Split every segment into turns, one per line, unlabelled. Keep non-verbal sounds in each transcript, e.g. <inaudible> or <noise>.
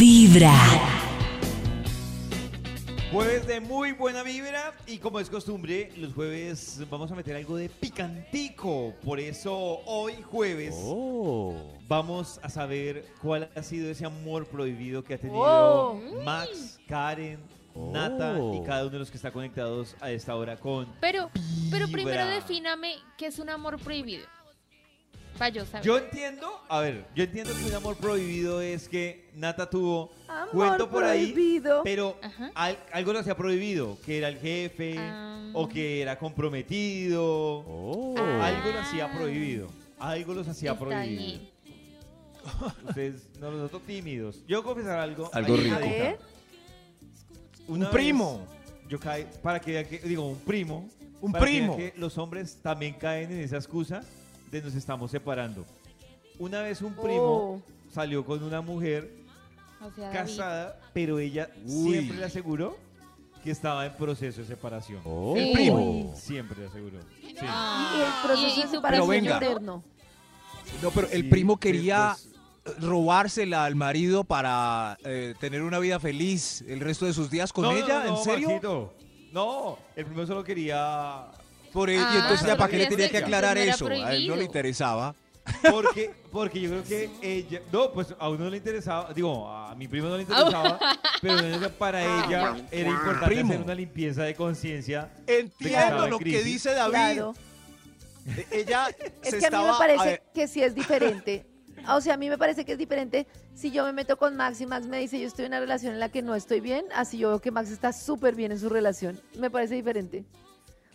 vibra.
Jueves Pues de muy buena vibra y como es costumbre, los jueves vamos a meter algo de picantico. Por eso hoy jueves vamos a saber cuál ha sido ese amor prohibido que ha tenido
Oh.
Max, Karen, Nata y cada uno de los que está conectados a esta hora con...
Pero, pero
Vibra.
primero defíname qué es un amor prohibido. Para yo saber.
Yo entiendo, a ver, yo entiendo que un amor prohibido es que Nata tuvo
Amor
cuento por ahí,
prohibido.
pero
Ajá.
al- algo lo hacía prohibido, que era el jefe
Ah.
o que era comprometido.
Oh.
Ah.
Algo los hacía prohibido. Algo los hacía
Está
prohibido.
bien.
Ustedes no los noto tímidos. Yo confesar algo.
Algo
Ahí,
rico.
A ver.
Una
Un primo.
vez Yo caí para que vean que digo un primo.
Un
para que
primo.
vean que los hombres también caen en esa excusa de nos estamos separando. Una vez un
Oh.
primo salió con una mujer
O sea, David.
casada, pero ella
Uy.
siempre le aseguró que estaba en proceso de separación.
Oh.
El
primo.
Siempre le aseguró. Sí.
Ah.
Y el proceso
Y- y
de
su
separación
Pero venga.
eterno.
No, pero el
Sí, pues,
primo
sí,
quería robársela al marido para eh, tener una vida feliz el resto de sus días con
No, no, no,
ella,
no,
¿en serio?
Maxito. No, el primo solo quería
Por él,
Ah,
y entonces ya
pero
para qué le
es
tenía
que
que aclarar
no era
eso, a él no
prohibido.
le interesaba.
Porque, porque yo creo que ella. No, pues a uno no le interesaba. Digo, a mi primo no
Ah.
le interesaba. pero para ella era importante
Primo.
hacer una limpieza de conciencia.
Entiendo
en
lo que
crisis.
dice David.
Claro.
Eh, Ella se
Es que a mí
estaba
me
a
parece
ver,
que sí es diferente. O sea, a mí me parece que es diferente si yo me meto con Max y Max me dice yo estoy en una relación en la que no estoy bien, así yo veo que Max está súper bien en su relación. Me parece diferente.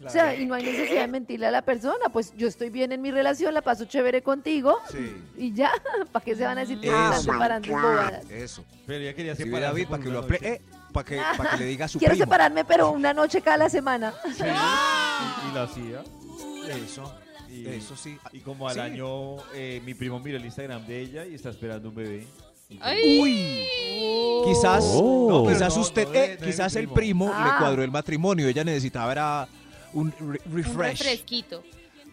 O sea, y no hay necesidad de mentirle a la persona, pues yo estoy bien en mi relación, la paso chévere contigo
Sí.
y ya, <laughs> ¿para qué se van a decir que se
Eso.
están separando bobadas?
Eso.
Pero ella quería
Sí, ve,
separarse.
David,
por
para que
una
lo apre-
noche.
eh, para que, para que le diga a su
Quiero
primo.
separarme, pero una noche cada la semana.
Sí, Y, y lo hacía.
Eso.
Y,
Eso sí.
Y como al
Sí.
año, eh, mi primo miró el Instagram de ella y está esperando un bebé.
Ay,
Uy. Quizás,
Oh.
no, quizás
No,
usted,
no debe-
eh,
no debe
quizás
mi
el
primo.
primo
Ah.
le cuadró el matrimonio. Ella necesitaba era un re-
un
refresh.
refresquito.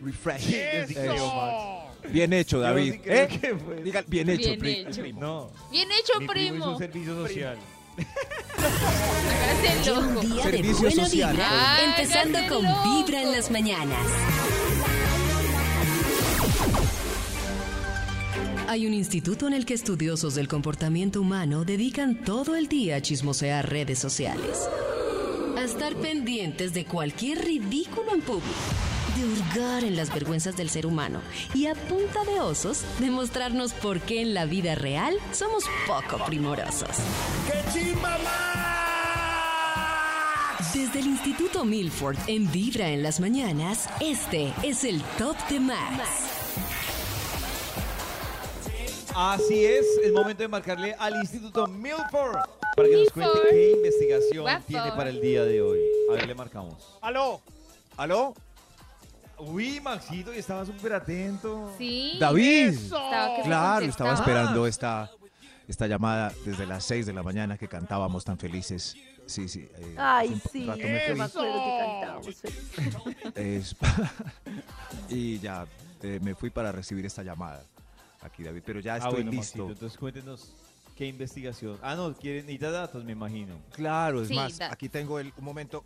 Refresh.
yo sí creo,
Eso.
Max.
Bien hecho,
Yo
David.
sí creo
¿Eh?
que fue-
Diga, bien hecho,
Bien
el pri- el
hecho.
primo.
No.
Bien hecho,
Mi primo hizo
primo.
un servicio social.
Hágase
Un
loco.
día de
Servicio
buena
social.
vibra.
Ay,
Empezando
hágase
con
loco.
vibra en las mañanas. Hay un instituto en el que estudiosos del comportamiento humano dedican todo el día a chismosear redes sociales. A estar pendientes de cualquier ridículo en público. De hurgar en las vergüenzas del ser humano. Y a punta de osos, demostrarnos por qué en la vida real somos poco primorosos. Desde el Instituto Milford en Vibra en las mañanas, este es el Top de Max.
Así es, es momento de marcarle al Instituto Milford para que nos cuente
Milford.
qué investigación
Guapo.
tiene para el día de hoy. A ver, le marcamos.
¿Aló? ¿Aló?
Uy, Maxito, y estaba súper atento.
Sí.
David.
Estaba que
Claro,
me
estaba
contestaba.
Ah.
esperando esta, esta llamada desde las 6 de la mañana que cantábamos tan felices. Sí, sí. eh, hace
Ay,
un
sí,
rato me
yo
fui.
me acuerdo que eh. cantábamos. <laughs>
Es- <laughs> y ya eh, me fui para recibir esta llamada aquí, David. Pero ya
Ah,
estoy
bueno,
listo.
Maxito, entonces cuéntenos qué investigación. Ah, no, quieren necesita datos, me imagino.
Claro, es
Sí,
más,
da-
aquí tengo el, un momento,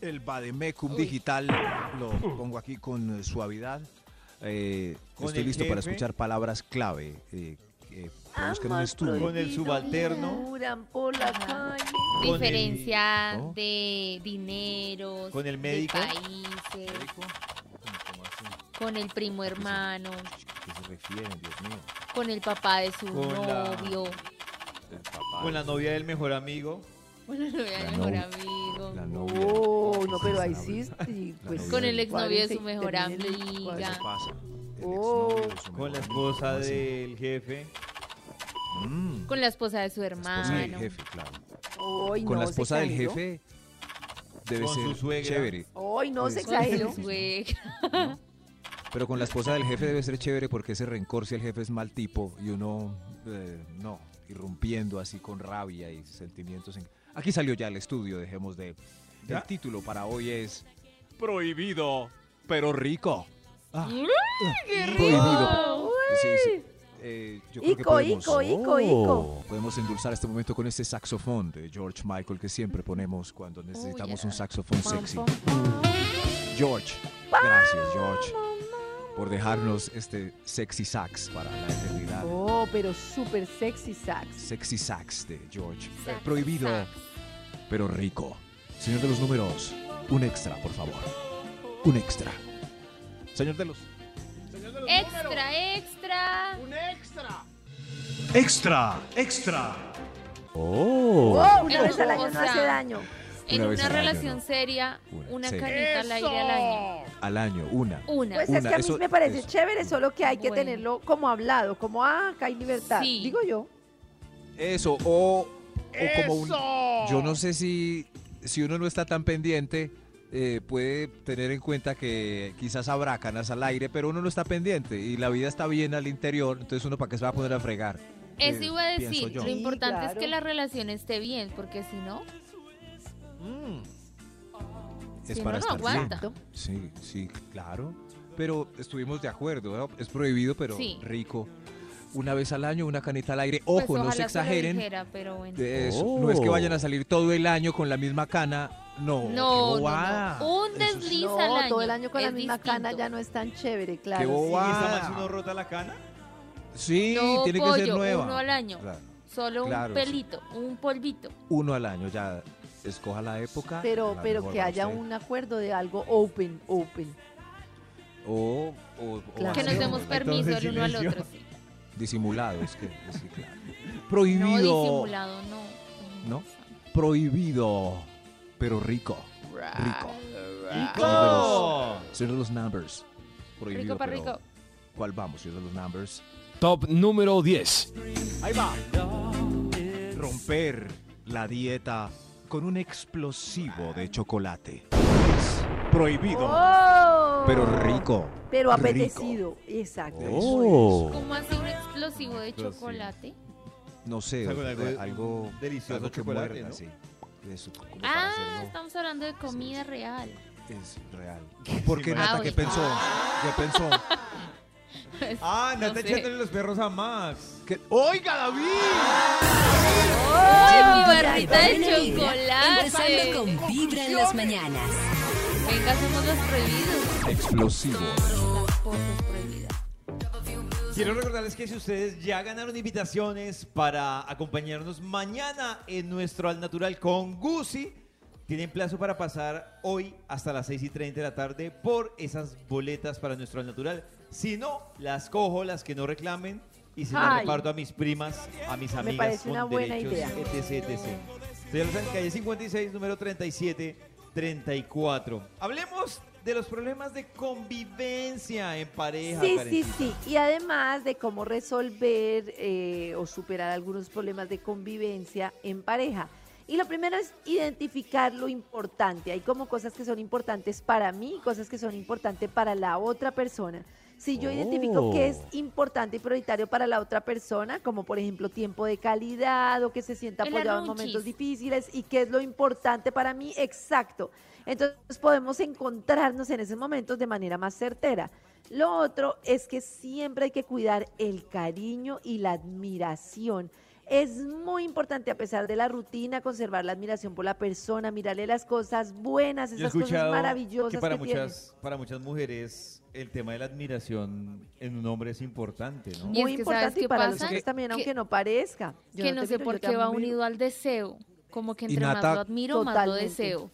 el Bademecum
Uy.
digital, lo pongo aquí con eh, suavidad. Eh,
Con
estoy
el
listo para
jefe.
escuchar palabras clave eh, que produzcan un
Amor
estudio.
Con el
Ah, prohibido,
subalterno.
juran por la calle.
Con el-
Diferencia
¿no?
de dineros,
Con el médico.
de países,
¿Cómo así?
con el primo hermano,
¿Qué se refieren, Dios mío?
con el papá de su
Con la-
novio, <laughs>
El papá,
Con la novia del mejor amigo.
con la novia del
La
mejor
novia.
amigo.
la novia.
Oh, no,
Sí,
pero
sí,
ahí
la
sí.
novia.
sí, pues,
Con el exnovio de
cuadren
su
se-
mejor
terminen en
amiga.
Eso pasa. El
Oh.
exnovio de su
Con la
mejor amigo,
esposa
¿cómo así?
del jefe.
Mm,
Con la esposa de su
la esposa del
hermano.
jefe, claro.
cuadros. Ay,
Con la
no, se
esposa del
exageró.
jefe debe
Con su
ser
suegra.
chévere.
Ay, no, se
Con
Con
exageró.
su suegra.
Pero con la esposa del jefe debe ser chévere porque ese rencor si el jefe es mal tipo y uno, eh, no, irrumpiendo así con rabia y sentimientos. en- Aquí salió ya el estudio, dejemos de...
¿Ya?
El título para hoy es... Prohibido, pero rico. Ah,
¡Qué rico!
Prohibido. sí, sí. eh, yo creo que
Ico,
podemos, Oh.
ico,
Oh.
ico, ico.
podemos endulzar este momento con este saxofón de George Michael que siempre ponemos cuando necesitamos un saxofón
Pam,
sexy.
pam, pam.
George, gracias George por dejarnos este sexy sax para la eternidad.
Oh, pero súper sexy sax.
Sexy sax de George. Eh,
Sax,
prohibido,
sax.
pero rico. Señor de los números, un extra, por favor. Un extra. Señor de los...
Extra, extra.
Extra, extra.
Oh, una
Pero,
vez al
o
año no
sea,
hace daño.
En
Una vez
una
al año,
relación
¿no?
seria,
Una,
una
sí.
canita al aire al año.
Al año, una.
Una.
Pues es
Una,
que a mí
eso-
me parece
eso.
chévere, solo que hay que
Bueno.
tenerlo como hablado, como ah, acá hay libertad.
Sí.
Digo yo.
Eso, o, o como un... Yo no sé si, si uno no está tan pendiente, eh, puede tener en cuenta que quizás habrá canas al aire, pero uno no está pendiente y la vida está bien al interior, entonces uno para qué se va a poner a fregar.
Eso
Eh,
iba a
pienso
decir,
yo.
lo importante es que
claro.
la relación esté bien, porque si no,
Mm.
Es
si
para
no, no
estar bien.
aguanta.
Sí, sí, claro. Pero estuvimos de acuerdo, ¿no? es prohibido, pero
Sí.
rico. Una vez al año, una canita al aire.
Pues
Ojo, no se
ojalá lo
exageren.
dijera, pero bueno.
de eso. No es que vayan a salir todo el año con la misma cana. No,
No,
qué
no,
Ah,
bobada.
no. Un
Eso es-
desliz
no,
al año.
todo el año con la
es
misma cana
distinto.
ya no es tan chévere,
Qué
claro.
boba.
sí.
¿Y esa
Ah.
más uno rota la cana?
<laughs>
Sí,
No,
tiene que ser
pollo,
nueva.
uno al año.
Claro,
Solo
Claro,
un
sí.
pelito, un polvito.
uno al año, ya escoja la época.
Pero,
la
pero
mejor
que
para
haya
usted.
un acuerdo de algo open, open.
O, o- o
Claro.
Que nos
hacer-
demos permiso el uno al otro. sí.
Disimulado, es que. es que, claro.
No
Prohibido.
disimulado, no.
¿No? prohibido, pero rico. Rico.
¡Rico!
Señor de los numbers. Prohibido,
Rico para
pero
rico.
¿Cuál vamos, señor de los numbers?
Top número 10.
Ahí va. Romper la dieta con un explosivo de chocolate. Prohibido,
¡Oh!
pero rico.
Pero
rico.
apetecido. Exacto.
Oh.
¿Cómo hace un explosivo de chocolate?
No sé,
Algo-
algo,
algo-
algo
delicioso
que
chocolate,
muerda,
¿no?
sí. Eso, como para
Ah,
hacerlo.
estamos hablando de comida real.
Es real. ¿Por
<laughs>
qué
Sí,
Nata?
bueno.
¿Qué pensó? ¿Qué pensó?
Ah,
No
Nata
sé.
echándole los perros a Max. Ah.
¿Qué- ¡Oiga, David!
¡Ay, mi
Ay,
¡Oh, barrita de
en Vibra,
chocolate!
Empezando con Vibra en las mañanas.
Venga, somos los prohibidos.
Explosivo.
Las cosas prohibidas.
Quiero recordarles que si ustedes ya ganaron invitaciones para acompañarnos mañana en nuestro Al Natural con Gucci, tienen plazo para pasar hoy hasta las 6 y 30 de la tarde por esas boletas para nuestro Al Natural. Si no, las cojo, las que no reclamen, y se las
Ay.
reparto a mis primas, a mis amigas
parece
con
una buena
derechos,
idea.
etc, etc. Ustedes ya lo saben, calle 56, número 37, 34. Hablemos de los problemas de convivencia en pareja.
Sí, sí,
Karencita.
sí. Y además de cómo resolver eh, o superar algunos problemas de convivencia en pareja. Y lo primero es identificar lo importante. Hay como cosas que son importantes para mí, cosas que son importantes para la otra persona. Si yo identifico que es importante y prioritario para la otra persona, como por ejemplo tiempo de calidad o que se sienta
El
apoyado en
arrunchis.
momentos difíciles y qué es lo importante para mí, exacto. Entonces podemos encontrarnos en esos momentos de manera más certera. Lo otro es que siempre hay que cuidar el cariño y la admiración. Es muy importante, a pesar de la rutina, conservar la admiración por la persona, mirarle las cosas buenas,
Yo he
esas cosas
escuchado
maravillosas
que
que,
para
tiene.
muchas para muchas mujeres el tema de la admiración en un hombre es importante, ¿no?
Y es
Muy
que, ¿sabes
importante y
qué
para los
pasa?
hombres también,
Que-
aunque no parezca. Yo
que
te
no sé
miro,
por
yo
qué va
también.
unido al deseo. Como que
Y
entre más
Nata-
lo admiro, más lo
Totalmente.
deseo.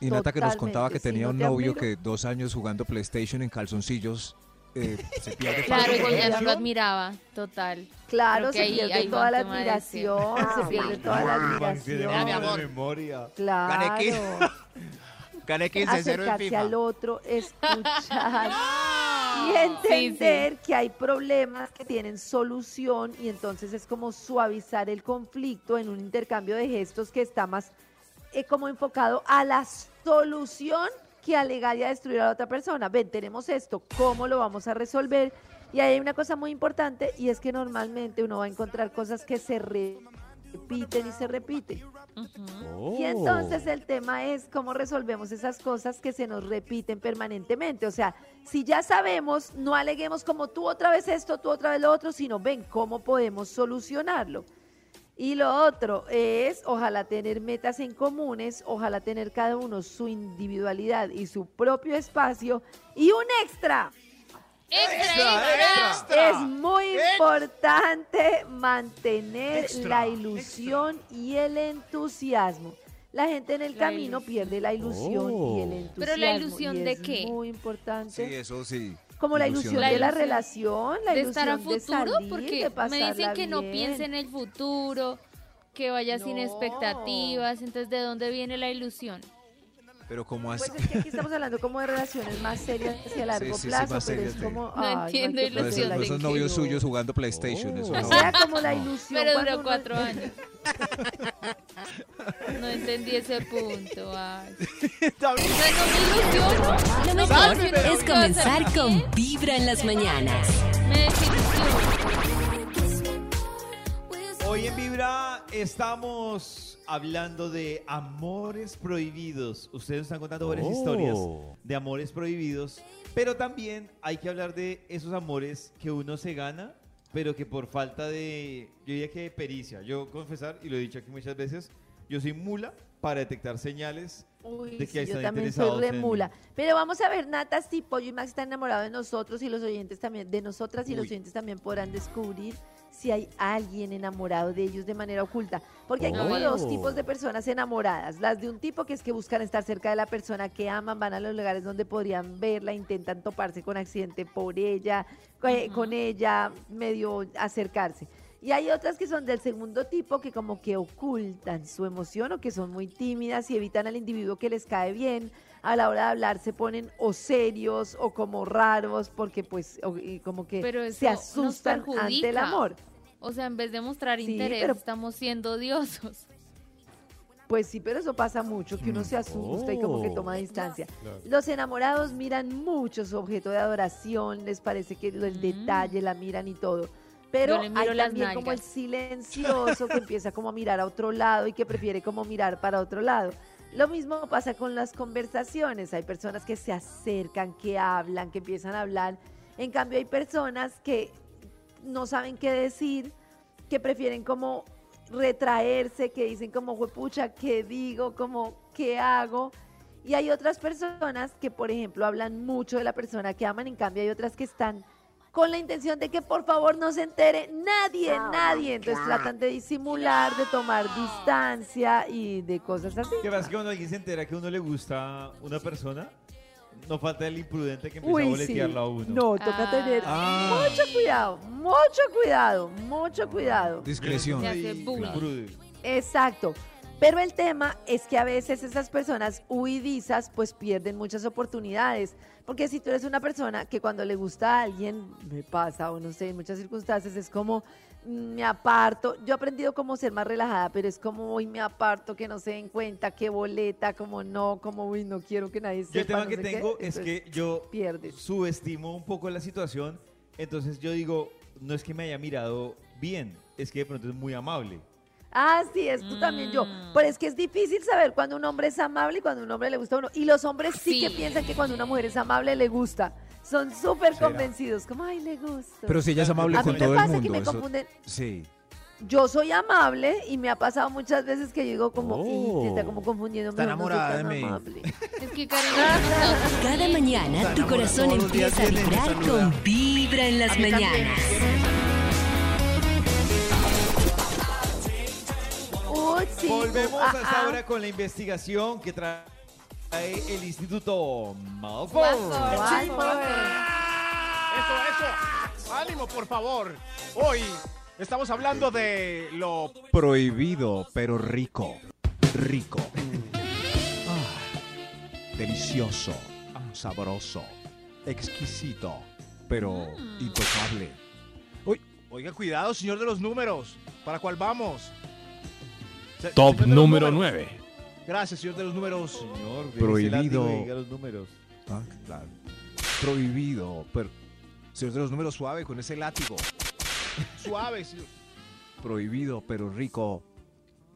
Y Nata que nos contaba
Totalmente,
que
sí,
tenía
no
un
te
novio
admiro.
que dos años jugando PlayStation en calzoncillos eh, se pierde
Claro,
fácil.
yo ya lo admiraba, total.
Claro,
Creo que
se
ahí
pierde
hay
toda
un
la
tema de deseo. <laughs>
admiración, se pierde toda la admiración.
memoria.
Claro.
Gané 15-0 en
acercarse
FIFA.
al otro, escuchar y
Sí, sí.
entender que hay problemas que tienen solución y entonces es como suavizar el conflicto en un intercambio de gestos que está más eh, como enfocado a la solución que alegar y a destruir a la otra persona. Ven, tenemos esto, ¿cómo lo vamos a resolver? Y ahí hay una cosa muy importante y es que normalmente uno va a encontrar cosas que se repiten y se repiten. Y entonces el tema es cómo resolvemos esas cosas que se nos repiten permanentemente. O sea, si ya sabemos, no aleguemos como tú otra vez esto, tú otra vez lo otro, sino ven cómo podemos solucionarlo. Y lo otro es, ojalá tener metas en comunes, ojalá tener cada uno su individualidad y su propio espacio y un extra.
Extra, extra.
Es muy importante mantener la ilusión y el entusiasmo. La gente en el
La
camino pierde la ilusión y el
Oh.
entusiasmo.
Pero la
y
ilusión de
es
qué?
Muy importante.
Sí, eso sí.
Como la ilusión,
La
de la
ilusión
relación, la
de
ilusión
estar a
de
futuro,
salir, de
porque me
pasarla
dicen que no
bien.
piense en el futuro, que vaya sin
No.
expectativas, entonces ¿de dónde viene la ilusión?
Pero como así.
Pues es que aquí estamos hablando como de relaciones más serias hacia largo
sí, sí,
plazo,
más
pero
serias
es
de-
como...
No
ay,
entiendo
qué
No,
ilusión
esos,
pena.
de
esos novios suyos jugando PlayStation. eso no.
Era como la ilusión
Pero
cuando
duró
uno-
cuatro
<laughs>
años. No entendí ese punto.
<laughs>
ay. No, no me ilusiono.
Lo
No,
mejor
si
es
no lo iba a hacer
comenzar con
bien,
Vibra en las mañanas.
Me desilusiono.
Hoy en Vibra estamos hablando de amores prohibidos. Ustedes nos están contando varias historias de amores prohibidos, pero también hay que hablar de esos amores que uno se gana, pero que por falta de, yo diría que de pericia. Yo confesar, y lo he dicho aquí muchas veces, yo soy mula para detectar señales
Uy,
de que
sí, yo
están
también soy
interesados en mí.
remula. Pero vamos a ver, Nata, si Pollo y Max están enamorados de nosotros y los oyentes también, de nosotras y los
Uy.
oyentes también podrán descubrir si hay alguien enamorado de ellos de manera oculta. Porque hay como
Oh.
dos tipos de personas enamoradas. Las de un tipo que es que buscan estar cerca de la persona que aman, van a los lugares donde podrían verla, intentan toparse con accidente por ella, co- eh, con ella, medio acercarse. Y hay otras que son del segundo tipo que como que ocultan su emoción o que son muy tímidas y evitan al individuo que les cae bien. A la hora de hablar se ponen o serios o como raros porque pues o- y como que
Pero eso
se
nos
asustan ante el
perjudica.
amor.
O sea, en vez de mostrar
Sí,
interés,
pero-
estamos siendo odiosos.
Pues sí, pero eso pasa mucho, que uno se asusta y como que toma distancia. Los enamorados miran mucho su objeto de adoración, les parece que lo- el
Mm.
detalle, la miran y todo. Pero
Yo le miro
hay
las
también como el
nalgas.
silencioso que empieza como a mirar a otro lado y que prefiere como mirar para otro lado. Lo mismo pasa con las conversaciones. Hay personas que se acercan, que hablan, que empiezan a hablar. En cambio, hay personas que no saben qué decir, que prefieren como retraerse, que dicen como, pucha, ¿qué digo? Como, ¿qué hago? Y hay otras personas que, por ejemplo, hablan mucho de la persona que aman, en cambio hay otras que están con la intención de que por favor no se entere nadie, nadie. Entonces tratan de disimular, de tomar distancia y de cosas así.
¿Qué pasa que cuando alguien se entera que a uno le gusta una persona, no falta el imprudente que empieza a
Uy, sí.
boletearla a uno?
No, toca
Ah.
tener
Ah.
mucho cuidado, mucho cuidado, mucho cuidado.
Discreción.
Ya hace bullying.
Imprude.
Exacto. Pero el tema es que a veces esas personas huidizas pues pierden muchas oportunidades. Porque si tú eres una persona que cuando le gusta a alguien, me pasa o no sé, en muchas circunstancias es como mm, me aparto. Yo he aprendido como ser más relajada, pero es como hoy me aparto, que no se den cuenta, que boleta, como no, como uy, no quiero que nadie
Yo
sepa.
el tema
no
que
sé qué".
tengo es
Entonces,
que yo
pierdes.
subestimo un poco la situación, entonces yo digo, no es que me haya mirado bien, es que de pronto es muy amable.
Ah, sí, es tú también yo. Pero es que es difícil saber cuando un hombre es amable y cuando un hombre le gusta a uno. Y los hombres sí, que
Sí.
piensan que cuando una mujer es amable le gusta. Son súper convencidos, como, ay, le gusta.
Pero si ella es amable
a mí
con
me
todo el
pasa que
mundo.
me
eso-
confunden.
Sí.
Yo soy amable y me ha pasado muchas veces que yo digo como, "Y, te está como confundiendo.
Oh. Está
mi amor, no soy
enamorada
tan
de mí.
amable".
Es que Karina,
Cada mañana tu corazón empieza a vibrar con Vibra en las mañanas.
Uy, sí.
Volvemos
ah,
a esta
ah.
hora con la investigación que trae el Instituto
Malfoy.
Malfoy.
Ay, pobre.
Eso, eso. Ánimo, por favor. Hoy estamos hablando de lo...
Prohibido, pero rico. Rico. Ah, delicioso. Sabroso. Exquisito. Pero
Mm.
intocable.
Oiga, cuidado, señor de los números. ¿Para cuál vamos? Se-
Top
señor de los
número
números.
9.
Gracias, señor de los números.
Señor, déjese
Prohibido.
látigo y diga los números.
Ah, claro. Prohibido, pero... Señor de los números suave con ese látigo.
Suave, señor.
Prohibido, pero rico.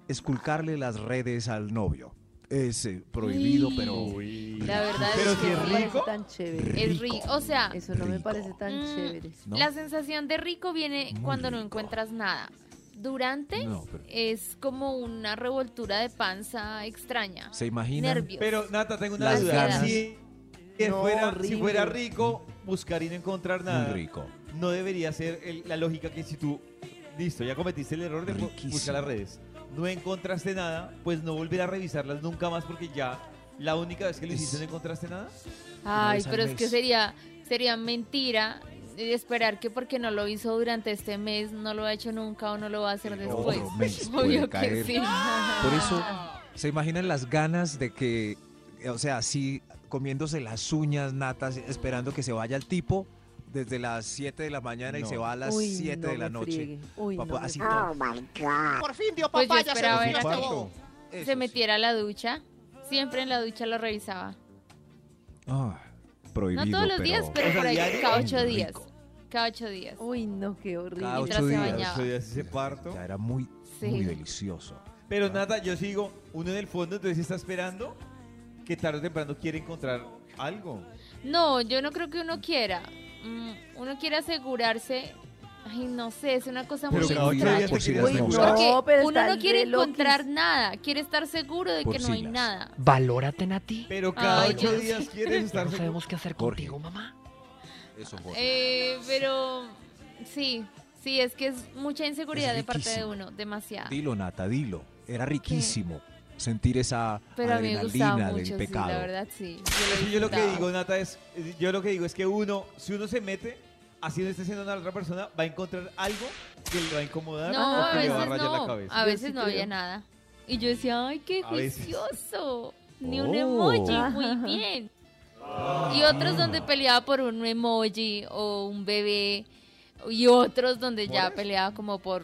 esculcarle las redes al novio. Es eh, prohibido,
Uy.
pero
La verdad
Pero
es
si
que
es
no me
rico,
parece tan chévere.
es rico. O sea,
Eso no me
rico.
parece ah. tan
Mm,
chévere.
¿no?
La sensación de rico viene
Muy
cuando no
rico.
encuentras nada. Durante
No, pero-
es como una revoltura de panza extraña.
¿se imaginan?
Nervios.
Pero Nata, tengo una
Las
duda.
ganas.
Si, si
No,
fuera, si
horrible.
fuera rico, buscar y no encontrar
Muy
nada,
rico.
no debería ser el- la lógica que si tú, listo, ya cometiste el error de bu-
Riquísimo.
buscar las redes, no encontraste nada, pues no volver a revisarlas nunca más porque ya la única vez que lo
Es-
hiciste no encontraste nada.
Ay,
vez al
pero es que
mes.
sería, sería mentira eh, esperar que porque no lo hizo durante este mes, no lo ha hecho nunca o no lo va a hacer
El
después.
otro mes puede
<laughs> Obvio que
caer.
sí.
Por eso,
Ah.
¿se imaginan las ganas de que, o sea, así comiéndose las uñas natas, esperando que se vaya el tipo desde las 7 de la mañana y
No.
se va a las
Uy,
7
no
de la
me
noche?
friegue. Uy,
Papá,
no me
así
friegue.
todo.
Por fin dio
Pues yo
papaya, se
esperaba
lo
ver
este
a
Infarto.
bobo.
Eso
Se
sí.
metiera a la ducha. Siempre en la ducha lo revisaba.
Ah,
No
prohibido,
todos los días, pero por ahí cada ocho días.
rico.
Cada ocho días.
Uy, no, qué horrible.
Cada
mientras
ocho
se
días.
bañaba.
Soy así se parto.
Ya era muy,
Sí.
muy delicioso.
Pero Nata, yo sigo, uno en el fondo entonces está esperando que tarde o temprano quiere encontrar algo.
No, yo no creo que uno quiera. Mm, Uno quiere asegurarse. Ay, no sé, es una cosa
Pero
muy
cada ocho
extraña.
días te
por si
quieres
las
Uy, no,
moscas.
Porque
pero
uno
estás
no quiere
de loquis.
encontrar nada, quiere estar seguro de que
Por
no hay
siglas.
nada.
Valórate, Nati.
Pero cada
Ay,
ocho
yo
días quieres
Ya
estar
no
seguro.
sabemos qué hacer
Jorge.
contigo, mamá.
Eso, Jorge.
Eh, pero sí, sí, es que es mucha inseguridad
Es
de parte de
riquísimo.
uno, demasiada.
Dilo, Nata, dilo. Era riquísimo sentir esa
Pero a mí me gustaba
adrenalina
mucho,
del
sí, la
pecado.
verdad sí.
Sí, yo lo que
disfrutaba.
digo, Nata, es, yo lo que digo es que uno, si uno se mete, así no esté siendo una otra persona, va a encontrar algo que le va a incomodar
No,
o
a
que le
veces
va a rayar la
no.
cabeza.
A
Yo
veces
sí
no había
creo.
Ah,
nada. Y yo decía, ay, qué
A veces.
juicioso. Ni un
Oh.
emoji,
Ajá.
muy bien. Y otros donde peleaba por un emoji o un bebé. Y otros donde ya peleaba como por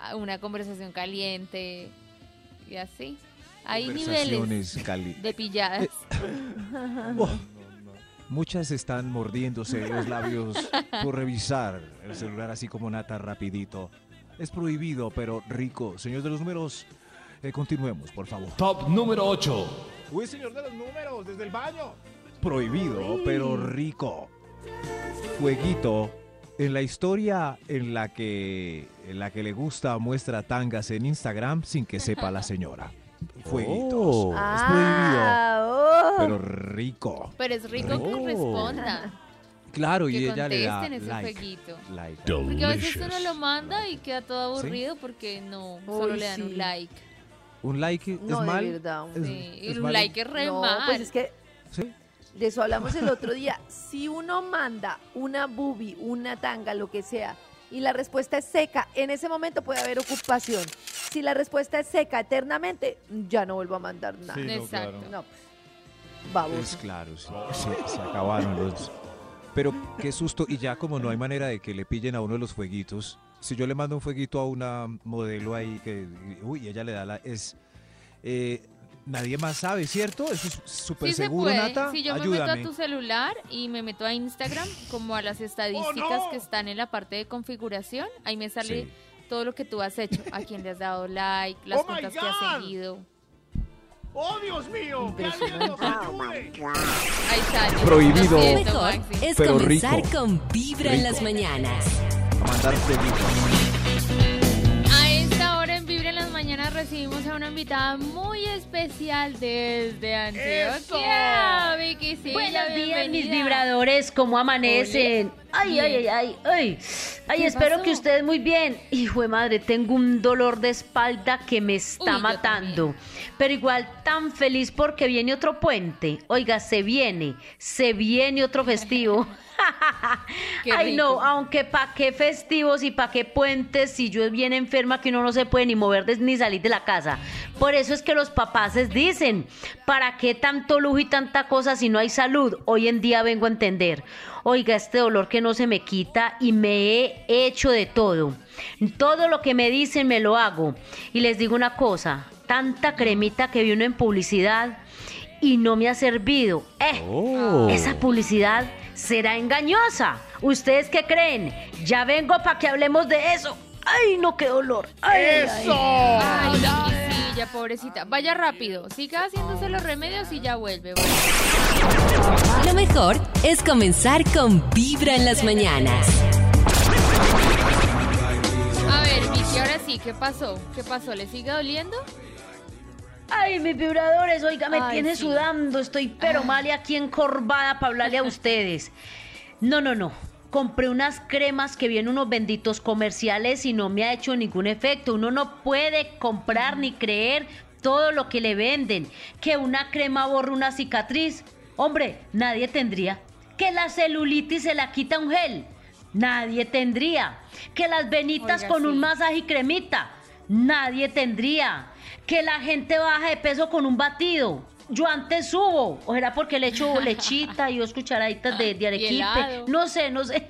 ah, una conversación caliente. Y así. Hay niveles
Conversaciones cali- Eh, oh.
de pilladas.
<laughs> Muchas están mordiéndose los labios por revisar el celular así como nata rapidito. Es prohibido, pero rico. Señor de los números, eh, continuemos, por favor.
Top número 8.
Uy, señor de los números, desde el baño.
Prohibido, pero rico. Fueguito. En la historia en la que en la que le gusta muestra tangas en Instagram sin que sepa la señora. Fueguitos.
Oh.
Ah, oh.
Pero rico.
Pero es rico que
Rico.
responda.
Claro, y
Que
ella le da
contesten ese
like.
jueguito.
like.
Porque a veces uno lo manda
Like.
y queda todo aburrido porque no, solo
Uy,
le dan
sí.
un like.
Un like es
No, de
mal.
verdad, hombre.
Es-
Sí,
es
un
mal-
like es re
no,
mal.
pues es que
Sí.
de eso hablamos el otro día. Si uno manda una boobie, una tanga, lo que sea, y la respuesta es seca, en ese momento puede haber ocupación. Si la respuesta es seca eternamente, ya no vuelvo a mandar nada.
Sí, no,
Exacto.
claro.
No, pues, baboso.
Es claro, sí, se, se acabaron los. Pero qué susto, y ya como no hay manera de que le pillen a uno de los fueguitos, si yo le mando un fueguito a una modelo ahí que, uy, ella le da la. Es. eh, nadie más sabe, ¿cierto? Eso es súper
Sí
Pues
se
seguro,
puede.
Nata.
Si yo me
Ayúdame.
meto a tu <laughs> celular y me meto a Instagram, como a las estadísticas
¡Oh, no!
que están en la parte de configuración, ahí me sale
Sí.
todo lo que tú has hecho, a quién le has
<laughs>
dado like, las
¡Oh, my
cuentas que has
God!
seguido.
¡Oh, Dios mío! ¡Que alguien nos ayude!
Ahí sale.
Prohibido.
Lo
Lo
siento,
mejor
Maxi.
es
Pero
comenzar
rico.
con Vibra en las mañanas.
A mandar fueguito.
A esta hora en Vibra en las mañanas recibimos a una invitada muy especial desde Antioquia. Vicky, sí,
Buenos días, mis
bienvenida.
vibradores, ¿cómo amanecen? Ay, ay, ay, ay, ay. Ay,
¿Qué
espero
pasó?
que ustedes muy bien. Hijo de madre, tengo un dolor de espalda que me
Uy,
está
yo
matando. Pero igual tan feliz porque viene otro puente. Oiga, se viene, se viene otro festivo.
<laughs> Qué
Ay, no,
rico.
aunque pa' qué festivos y pa' qué puentes, si yo es bien enferma que uno no se puede ni mover des- ni salir de la casa. Por eso es que los papaces dicen, ¿para qué tanto lujo y tanta cosa si no hay salud? Hoy en día vengo a entender. Oiga, este dolor que no se me quita y me he hecho de todo. Todo lo que me dicen me lo hago. Y les digo una cosa, tanta cremita que vi uno en publicidad y no me ha servido. Eh, esa publicidad será engañosa. ¿Ustedes qué creen? Ya vengo para que hablemos de eso. ¡Ay, no, qué dolor! ¡Ay, ay,
¡Eso!
Ay, Vicky, sí. ella, pobrecita. Vaya rápido, siga haciéndose los remedios y ya vuelve. bueno.
Lo mejor es comenzar con Vibra en las mañanas.
A ver, Vicky, ahora sí, ¿qué pasó? ¿Qué pasó? ¿Le sigue doliendo?
Ay, mis vibradores, oiga, me
Ay,
tiene
sí.
sudando, estoy pero mal y aquí encorvada para
<laughs>
hablarle a ustedes. No, no, no. Compré unas cremas que vienen unos benditos comerciales y no me ha hecho ningún efecto. Uno no puede comprar ni creer todo lo que le venden. Que una crema borra una cicatriz. Hombre, nadie tendría. Que la celulitis se la quita un gel. Nadie tendría. Que las venitas
Oiga,
con un
sí.
masaje y cremita. Nadie tendría. Que la gente baja de peso con un batido. Yo antes subo. O era porque le echo lechita y dos cucharaditas de, de arequipe.
helado.
No sé, no sé.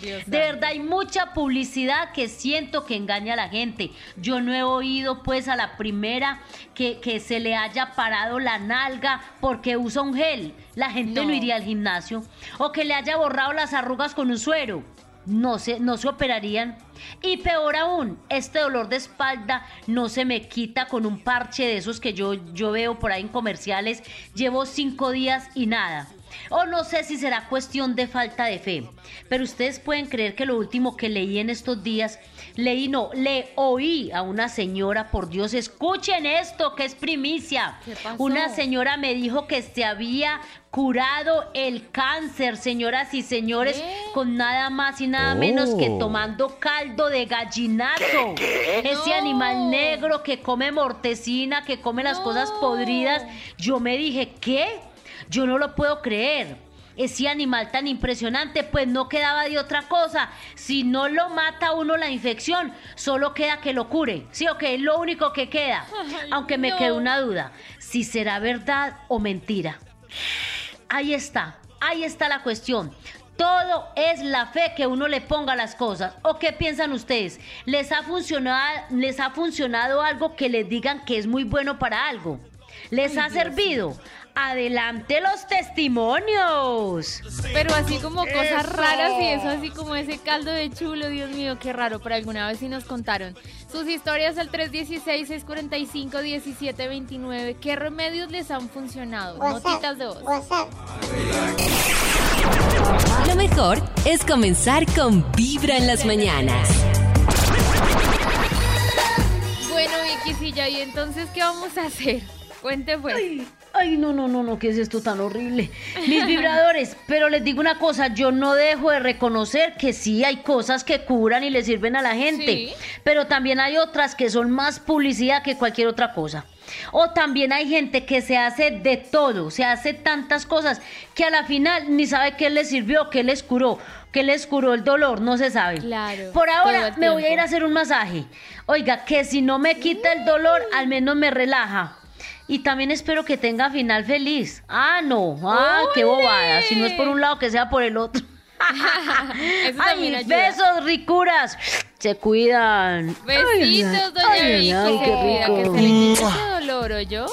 Dios
De
santo.
verdad hay mucha publicidad que siento que engaña a la gente. Yo no he oído pues a la primera que, que se le haya parado la nalga porque usa un gel. La gente no.
No.
iría al gimnasio. O que le haya borrado las arrugas con un suero. No se, no se operarían. Y peor aún, este dolor de espalda no se me quita con un parche de esos que yo, yo veo por ahí en comerciales. Llevo cinco días y nada. O no sé si será cuestión de falta de fe, pero ustedes pueden creer que lo último que leí en estos días, leí no, le oí a una señora, por Dios, escuchen esto que es primicia.
¿Qué pasó?
Una señora me dijo que se había curado el cáncer, señoras y señores, con nada más y nada menos que tomando caldo de gallinazo. Ese
No.
animal negro que come mortecina, que come las cosas
No.
podridas. Yo me dije, ¿qué? Yo no lo puedo creer. Ese animal tan impresionante, pues no quedaba de otra cosa. Si no lo mata a uno la infección, solo queda que lo cure. Sí, ok, es lo único que queda.
<laughs> Ay,
Aunque me
no.
quedó una duda, si será verdad o mentira. Ahí está, ahí está la cuestión. Todo es la fe que uno le ponga a las cosas. ¿O qué piensan ustedes? ¿Les ha funcionado, les ha funcionado algo que les digan que es muy bueno para algo? ¿Les ha servido? Adelante los testimonios.
Pero así como cosas raras y eso, así como ese caldo de chulo, Dios mío, qué raro, pero alguna vez sí nos contaron. Sus historias al 316-645-1729, ¿qué remedios les han funcionado? Notitas de voz.
Lo mejor es comenzar con Vibra en las mañanas.
Bueno, Vicky Silla, ¿y entonces qué vamos a hacer? Cuente pues.
Ay, ay, no, no, no, no, ¿qué es esto tan horrible? Mis vibradores, pero les digo una cosa, yo no dejo de reconocer que sí hay cosas que curan y le sirven a la gente,
Sí.
pero también hay otras que son más publicidad que cualquier otra cosa. O también hay gente que se hace de todo, se hace tantas cosas que a la final ni sabe qué les sirvió, qué les curó, qué les curó el dolor, no se sabe.
Claro,
Por
todo
ahora
el
me voy a ir
tiempo.
a hacer un masaje. Oiga, que si no me quita el dolor, al menos me relaja. Y también espero que tenga final feliz. Ah, no. Ah, qué
¡Ole!
bobada. Si no es por un lado, que sea por el
<laughs>
otro.
Eso también
Ay,
ayuda.
besos, ricuras. Se cuidan.
Besitos, doña
ay,
Vicky.
ay, qué
querida, que
rico.
se le quite ese dolor, ¿oyó?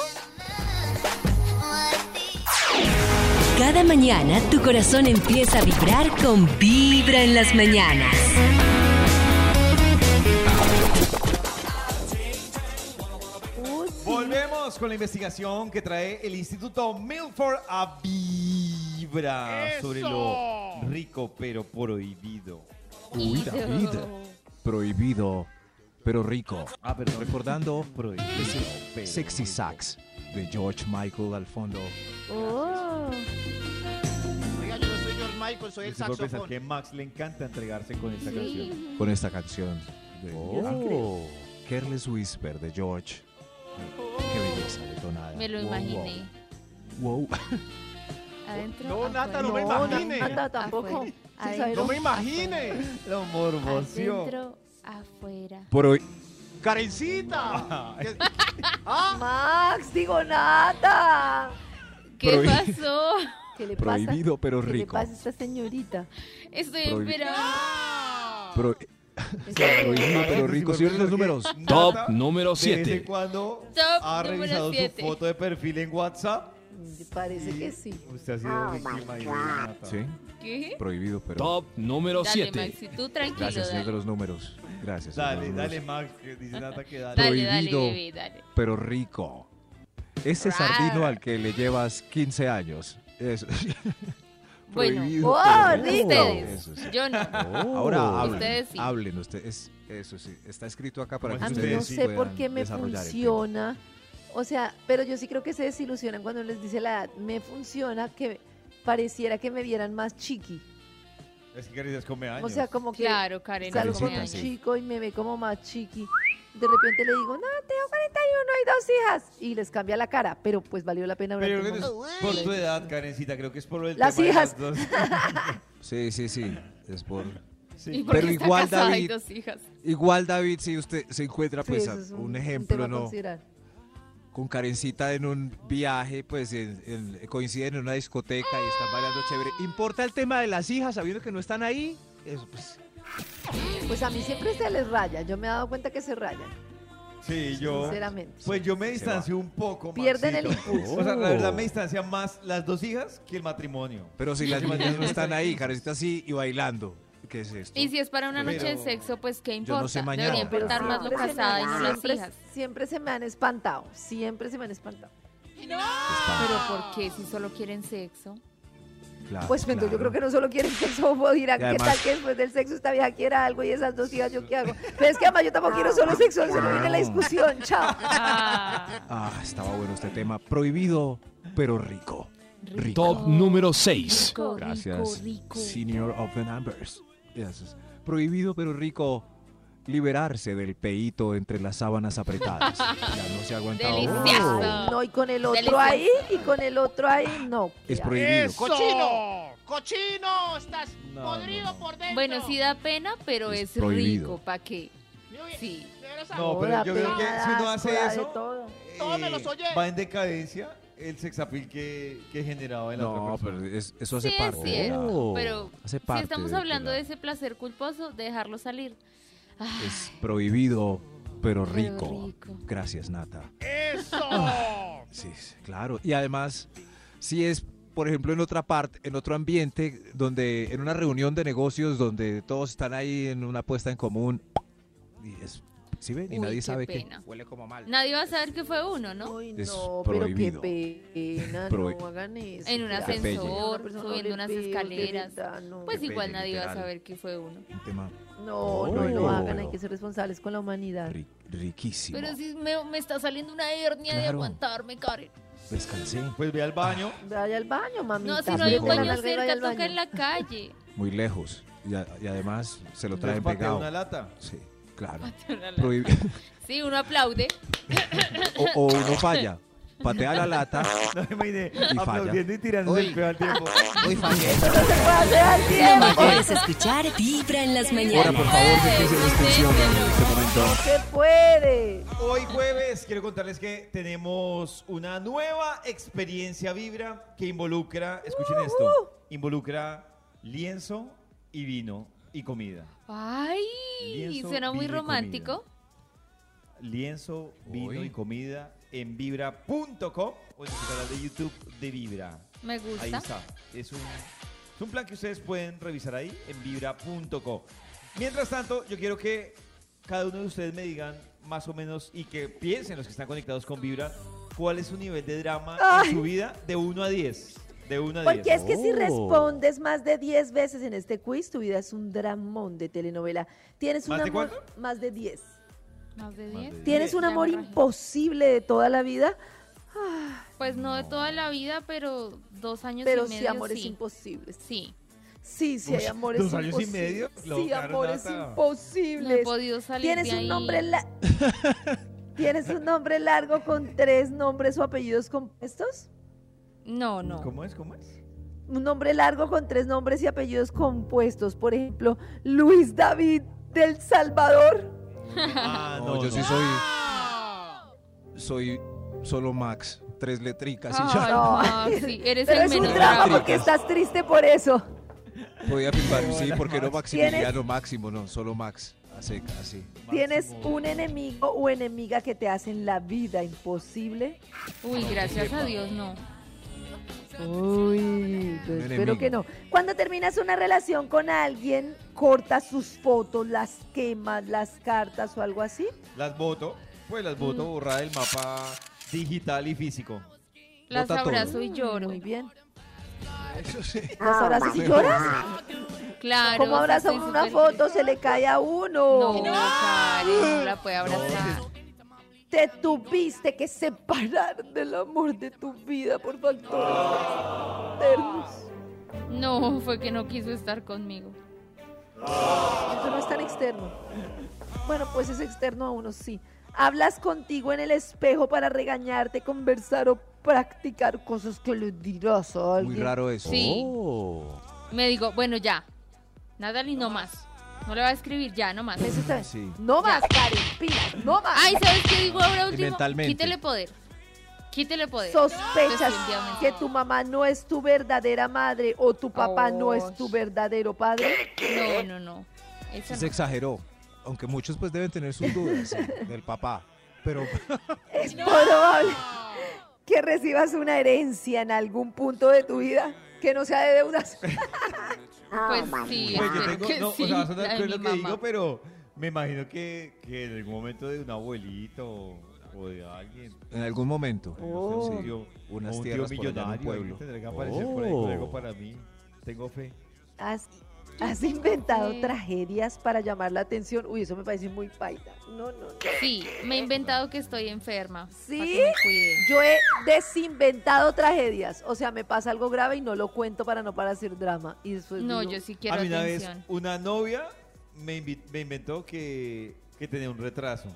Cada mañana tu corazón empieza a vibrar con Vibra en las mañanas.
Volvemos con la investigación que trae el Instituto Milford a Vibra sobre lo rico pero prohibido.
Uy,
Ido.
David. Prohibido, pero rico.
Ah, perdón.
Recordando
Prohibido. pero
Sexy
rico.
Sax de George Michael al fondo.
Oh.
Oiga, yo no soy George Michael, soy el
Empecé por pensar
saxofón.
que a Max le encanta entregarse con esta canción.
Con esta canción de
Oh.
Careless Whisper de George. Qué belleza detonada.
Me lo
Wow,
imaginé.
Wow. <laughs> wow.
Adentro.
No,
afuera.
Nata, no me
No,
imagine.
Nata, tampoco.
Afuera.
Sí,
Adentro.
sabe,
No me imagine.
Lo morboció.
Adentro, afuera.
Prohi- <laughs>
Karencita. Que- Ah,
<laughs> Max, digo nada.
¿Qué
Prohi-
pasó?
<laughs> ¿Qué le pasa?
prohibido, pero
¿Qué le
rico.
pasa a esta señorita?
Estoy
Prohibi-
esperando.
Pro- prohibido, eh, <laughs> pero rico. Señores, los números.
Top
Nata,
número
De vez
7.
en cuando
Top
ha
número
revisado su
siete.
foto de perfil en WhatsApp.
Mm, Parece que sí.
Usted ha
Ah,
sido víctima de Nata.
Sí,
¿Qué?
prohibido, pero.
Top número
Dale,
7.
Maxi, tú tranquilo.
Gracias, señor de
dale.
los números. Gracias.
Dale,
hermanos.
dale, Max, que dice Nata que dale.
Dale, dale,
Prohibido.
bebé, dale.
Pero rico. Ese sardino al que le llevas 15 años. Eso. <laughs>
Bueno,
Prohibido,
¡Oh,
pero
rico!
Eso sí.
ustedes. Yo no.
Oh. Ahora hablen,
Ustedes sí.
hablen ustedes. Eso sí, está escrito acá para que
Bueno,
A mí
ustedes
Ah, no
sí
sé por
puedan
qué me
desarrollar el tema.
funciona. O sea, pero yo sí creo que se desilusionan cuando les dice la edad. Me funciona que pareciera que me vieran más chiqui.
Es que Caritas come años.
O sea, como que
Claro, Karen.
salgo
no
con
me
un
Karencita, sí.
dañes.
chico y me ve como más chiqui. De repente le digo, no, tengo 41 y dos hijas. Y les cambia la cara, pero pues valió la pena
Pero
durante
creo que
un
no
momento.
es por tu edad, Karencita, creo que es por el
Las
tema de
hijas. <laughs>
dos.
<laughs>
Sí, sí, sí. Es por...
Sí.
Y porque
Pero
está
igual,
casada y
David,
dos hijas.
Igual, David, si usted se encuentra
Sí,
pues,
eso
a-
es
un,
tema
ejemplo,
a
¿no?
considerar.
Con Karencita en un viaje, pues en- en- coinciden en una discoteca y están bailando chévere. ¿Importa el tema de las hijas sabiendo que no están ahí? Eso, pues,
Pues a mí siempre se les raya. Yo me he dado cuenta que se rayan,
Sí, yo.
sinceramente.
Pues yo me distancié un poco.
Pierden el
Maxito.
impulso.
O sea, la verdad me distancia más las dos hijas que el matrimonio.
Oh. Pero si las
Sí,
niñas no
sí,
están
sí.
<laughs>
ahí, Karencita sí y bailando. ¿Qué es esto?
Y si es para una
Pero-
noche de sexo, pues qué
Yo
importa.
no sé mañana.
Debería
Pero
importar más lo
siempre se me
casada y no
han-
las
siempre-
hijas.
Siempre se me han espantado. Siempre se me han espantado.
Pero ¿por qué si solo quieren sexo?
Claro,
Pues entonces yo
claro.
creo que no solo quieren sexo, o dirán,
Y
¿qué
además-
tal que después del sexo esta vieja quiera algo y esas dos hijas yo qué hago? Pero es que además yo tampoco quiero solo sexo, se me viene la discusión, chao.
Ah,
Ah, estaba bueno este tema. Prohibido, pero rico. Rico.
Top número 6.
rico,
Gracias.
rico, rico.
Senior of the Numbers. Gracias. Prohibido, pero rico. Liberarse del peito entre las sábanas
<laughs>
apretadas. Ya no se aguanta Oh.
Delicioso.
No, y con el otro
Delicioso.
ahí, y con el otro ahí, no.
Es
Ya.
prohibido.
¡Eso! ¡Cochino! ¡Cochino! ¡Estás
No,
podrido
no, no.
por dentro!
Bueno, sí da pena, pero
Es
es,
prohibido.
rico. ¿Para qué? Sí.
No,
Joda,
pero yo creo que si uno
pedazo,
hace
da de
eso, eh,
todo.
Todo me los oye.
va en decadencia el sexapil que, que generaba en la otra
No,
persona.
pero es- eso hace
sí
parte.
es
de la-
cierto, Oh. pero
Oh. hace parte
si estamos
de- este de
hablando
la-
de ese placer culposo, dejarlo salir. Ah,
Es prohibido, pero
Pero
rico.
rico.
Gracias, Nata.
¡Eso!
Sí, sí, claro. Y además, si es, por ejemplo, en otra parte, en otro ambiente, donde en una reunión de negocios donde todos están ahí en una apuesta en común, y es, ¿sí ven? Y
Uy,
nadie
qué
sabe que
pena.
huele como mal.
nadie va a saber que fue uno, ¿no?
Uy,
Es
no,
prohibido.
pero qué pena,
Pro-
no hagan eso.
En un
ya.
ascensor,
A una persona no
subiendo
le
unas
pido, de
escaleras.
verdad, no.
Pues
Qué
igual
pena,
nadie va a
literal.
saber que fue uno.
Un tema
No, no
Prohibido.
lo hagan, hay que ser responsables con la humanidad.
ri- riquísimo.
Pero si me, me está saliendo una hernia de
Claro.
aguantarme, Karen.
Descansé.
Pues ve al baño.
Vaya al baño, mamita.
No, si no
mejor.
hay un
Con la
baño
nalga y vaya
cerca,
al
toca
baño.
en la calle.
Muy lejos. Y, a- y además se lo
les
traen
patea
pegado.
una lata.
Sí, claro. Prohib-
Sí, uno aplaude.
o, <laughs> o uno falla. Patea la lata.
<laughs> No me imaginé
falla.
aplaudiendo y tirándose el peor al
<laughs>
tiempo.
Lo mejor es escuchar Vibra en las
Ahora,
mañanas.
por favor, déjense de extensión en este momento.
Se puede.
Hoy jueves quiero contarles que tenemos una nueva experiencia vibra que involucra, escuchen
Uh,
esto, involucra lienzo y vino y comida.
Ay,
Lienzo,
suena muy
vino y
romántico.
Lienzo, vino
Uy.
y comida en vibra.com o en su canal de YouTube de Vibra.
Me
Ahí
gusta.
está. Es un, es un plan que ustedes pueden revisar ahí en vibra.co. Mientras tanto, yo quiero que cada uno de ustedes me digan más o menos y que piensen los que están conectados con Vibra, cuál es su nivel de drama en su vida de 1 a 10. De 1 a 10.
Porque es que si
Oh.
respondes más de 10 veces en este quiz, tu vida es un dramón de telenovela. Tienes un
¿Más de
amor
cuánto?
más de 10.
Más de
Más de
10.
diez.
Tienes un
Ya me
amor
rajé.
imposible de toda la vida,
Pues no de toda la vida, pero dos años
pero
y medio.
sí amores
sí.
imposibles.
Sí,
Sí, sí hay amores
¿dos años y
imposibles.
medio? Lo
Sí,
caro,
amores
Nata.
no he
imposibles.
podido salir
Tienes
de
un
ahí.
<laughs>
nombre la- Tienes un nombre largo con tres nombres o apellidos compuestos.
No, no.
¿Cómo es? ¿Cómo es?
un nombre largo con tres nombres y apellidos compuestos. Por ejemplo, Luis David del Salvador.
Ah,
No, yo sí soy. Soy solo Max. Tres letricas y
Ay,
ya.
Max, Ah, sí, eres
<laughs> Pero
el
es un
menos
drama
bravo.
porque estás triste por eso.
Podía firmar, sí, porque no Maximiliano
¿Tienes?
Máximo, no, solo Max. Así, así.
Tienes un e- enemigo o enemiga que te hacen la vida imposible.
Uy, gracias a Dios, no.
Uy, yo
Un
espero que
enemigo.
no. Cuando terminas una relación con alguien, cortas sus fotos, las quemas, las cartas o algo así.
Las voto, pues las
Mm.
voto borrada del mapa digital y físico.
Las
Bota todo.
abrazo y lloro.
Muy bien.
Eso sí.
¿Las abrazas y lloras?
Ah, Claro.
¿Cómo
o sea,
abrazan
estoy
una
súper-
foto? Se le cae a
No,
uno.
Karen, no la puede abrazar.
Te tuviste que separar del amor de tu vida por factores externos.
No, fue que no quiso estar conmigo.
Eso no es tan externo. Bueno, pues es externo a uno, sí. Hablas contigo en el espejo para regañarte, conversar o practicar cosas que le dirás a alguien.
Muy raro eso.
Sí.
Oh.
Me digo, bueno, ya. Natalie, no más. No le va a escribir ya, no más.
Eso está-
Sí.
No más, Karen, pilas, no más.
Ay, ¿sabes qué digo ahora
Y
último?
mentalmente.
Quítele poder. Quítele poder.
Sospechas
Definitivamente.
que tu mamá no es tu verdadera madre o tu papá no es
Ouch.
tu verdadero padre.
No, no, no. Esa
Se
no.
exageró. Aunque muchos pues deben tener sus dudas sí,
<laughs>
del papá. Pero
Es probable que recibas una herencia en algún punto de tu vida que no sea de deudas.
Pues sí,
Pues yo
espero
tengo,
que
no,
sí,
o sea, va a sonar
la de
cruel
mi
lo que
mamá.
digo, pero me imagino que, que en algún momento de un abuelito o o de alguien.
en algún momento.
Oh.
sí,
tío,
unas
o un tío
tierras por allá en un
millonario ahí
pueblo.
tendrá que aparecer por ahí con
Oh.
algo para mí. Tengo fe.
Has, has inventado
Sí.
tragedias para llamar la atención. Uy, eso me parece muy paita. No, no, no.
Sí, me he inventado que estoy enferma. para
¿Sí?
que me cuiden.
Yo he desinventado tragedias. O sea, me pasa algo grave y no lo cuento para no para hacer drama. Y después
No,
digo,
yo sí quiero
a mí una vez,
atención.
una novia me, invi- me inventó que, que tenía un retraso.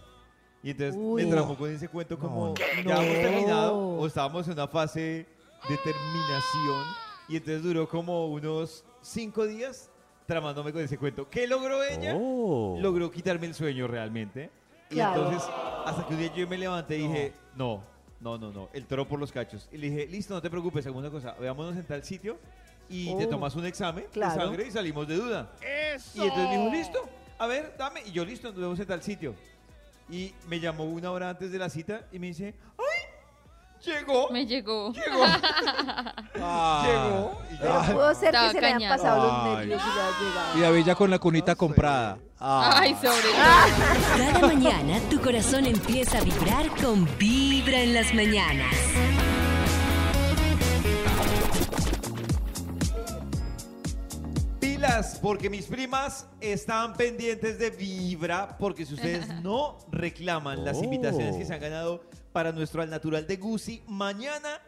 Y entonces
Uy.
me trajo con ese cuento como
No.
ya habíamos
No.
terminado o estábamos en una fase de terminación. Y entonces duró como unos cinco días tramándome con ese cuento. ¿Qué logró ella?
Oh.
Logró quitarme el sueño realmente. Y
Claro.
entonces, hasta que un día yo me levanté y dije, no, no, no, no, el toro por los cachos. Y le dije, listo, no te preocupes, segunda cosa, veámonos en tal sitio y te
Oh.
tomas un examen
Claro.
de sangre y salimos de duda.
Eso.
Y entonces me dijo, listo, a ver, dame. Y yo, listo, nos vemos en tal sitio. Y me llamó una hora antes de la cita y me dice, ¡ay! Llegó,
Me llegó. <laughs>
llegó, Ah. llegó. Y yo,
Pero pudo ser que
Estaba
se le hayan
cañado.
pasado los
Ay.
nervios y ya llegado.
Y a Bella con la cunita comprada. Ah.
Ay, sobre todo.
Cada mañana tu corazón empieza a vibrar con Vibra en las mañanas.
Pilas, porque mis primas están pendientes de Vibra, porque si ustedes no reclaman las
Oh.
invitaciones que se han ganado para nuestro Al Natural de Gucci, mañana,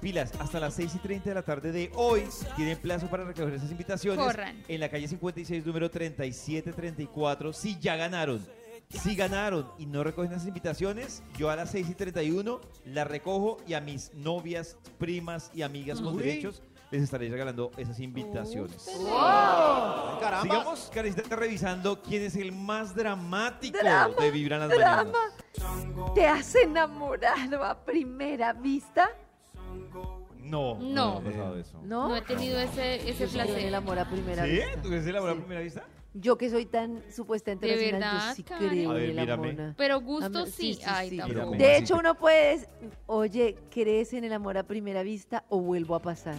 pilas, hasta las 6 y 30 de la tarde de hoy, tienen plazo para recoger esas invitaciones
Corran.
en la calle 56, número 3734, si ya ganaron. Si ganaron y no recogen las invitaciones, yo a las 6 y 31 las recojo y a mis novias, primas y amigas con derechos les estaré regalando esas invitaciones. Sigamos, Karencita, revisando quién es el más dramático
Drama,
de Vibra en las
drama.
mañanas.
¿Te has enamorado a primera vista?
No,
No.
me ha pasado eso.
No.
No he tenido ese, ese
Yo sí creo en el
placer.
amor a primera
¿Sí?
vista.
¿Tú crees el amor a
Sí.
primera vista?
Yo que soy tan supuestamente
¿De
racional,
verdad,
yo sí
Karen?
creo
A ver,
en el
mírame.
amor. a-
Pero gusto
Am-
sí.
sí, sí,
Ay,
sí.
tampoco.
Mírame.
De hecho, uno puede decir, oye, ¿crees en el amor a primera vista o vuelvo a pasar?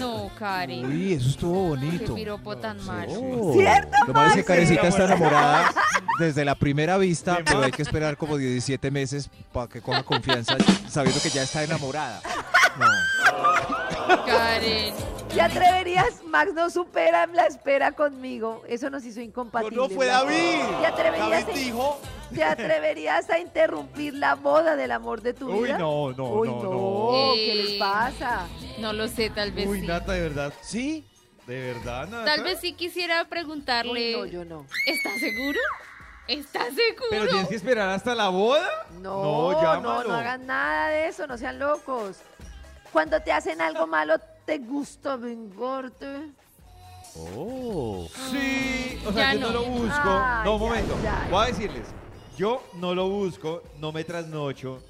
No, Karen.
Uy, eso estuvo
Qué
bonito.
piropo tan malo.
Oh.
¿Cierto?
Lo malo es que
Maxi?
Carecita está enamorada
<laughs>
desde la primera vista,
De
pero
más.
hay que esperar como 17 meses para que coja confianza sabiendo que ya está enamorada. No.
Karen.
¿Te atreverías? Max no supera la espera conmigo. Eso nos hizo incompatibles.
Pues No fue
Max.
David.
¿Te atreverías,
David
a,
dijo.
te atreverías a interrumpir la boda del amor de tu
Uy,
vida?
no, no,
Uy,
no,
no, Pues
no.
¿qué les pasa?
Eh, No lo sé, tal vez
Uy,
sí.
Nata, de verdad.
¿Sí?
De verdad, Nata.
Tal vez sí quisiera
Uy,
preguntarle.
no, yo no.
¿Estás seguro? ¿Estás seguro?
Pero tienes que esperar hasta la boda.
No, no, no,
llámalo.
hagan nada de eso, no sean locos. Cuando te hacen algo malo, ¿te gusta vengarte?
Oh.
Sí, o
Ya
sea, yo no,
no.
lo busco.
Ay,
no, un
ya,
momento.
ya.
Voy a decirles, yo no lo busco, no me trasnocho,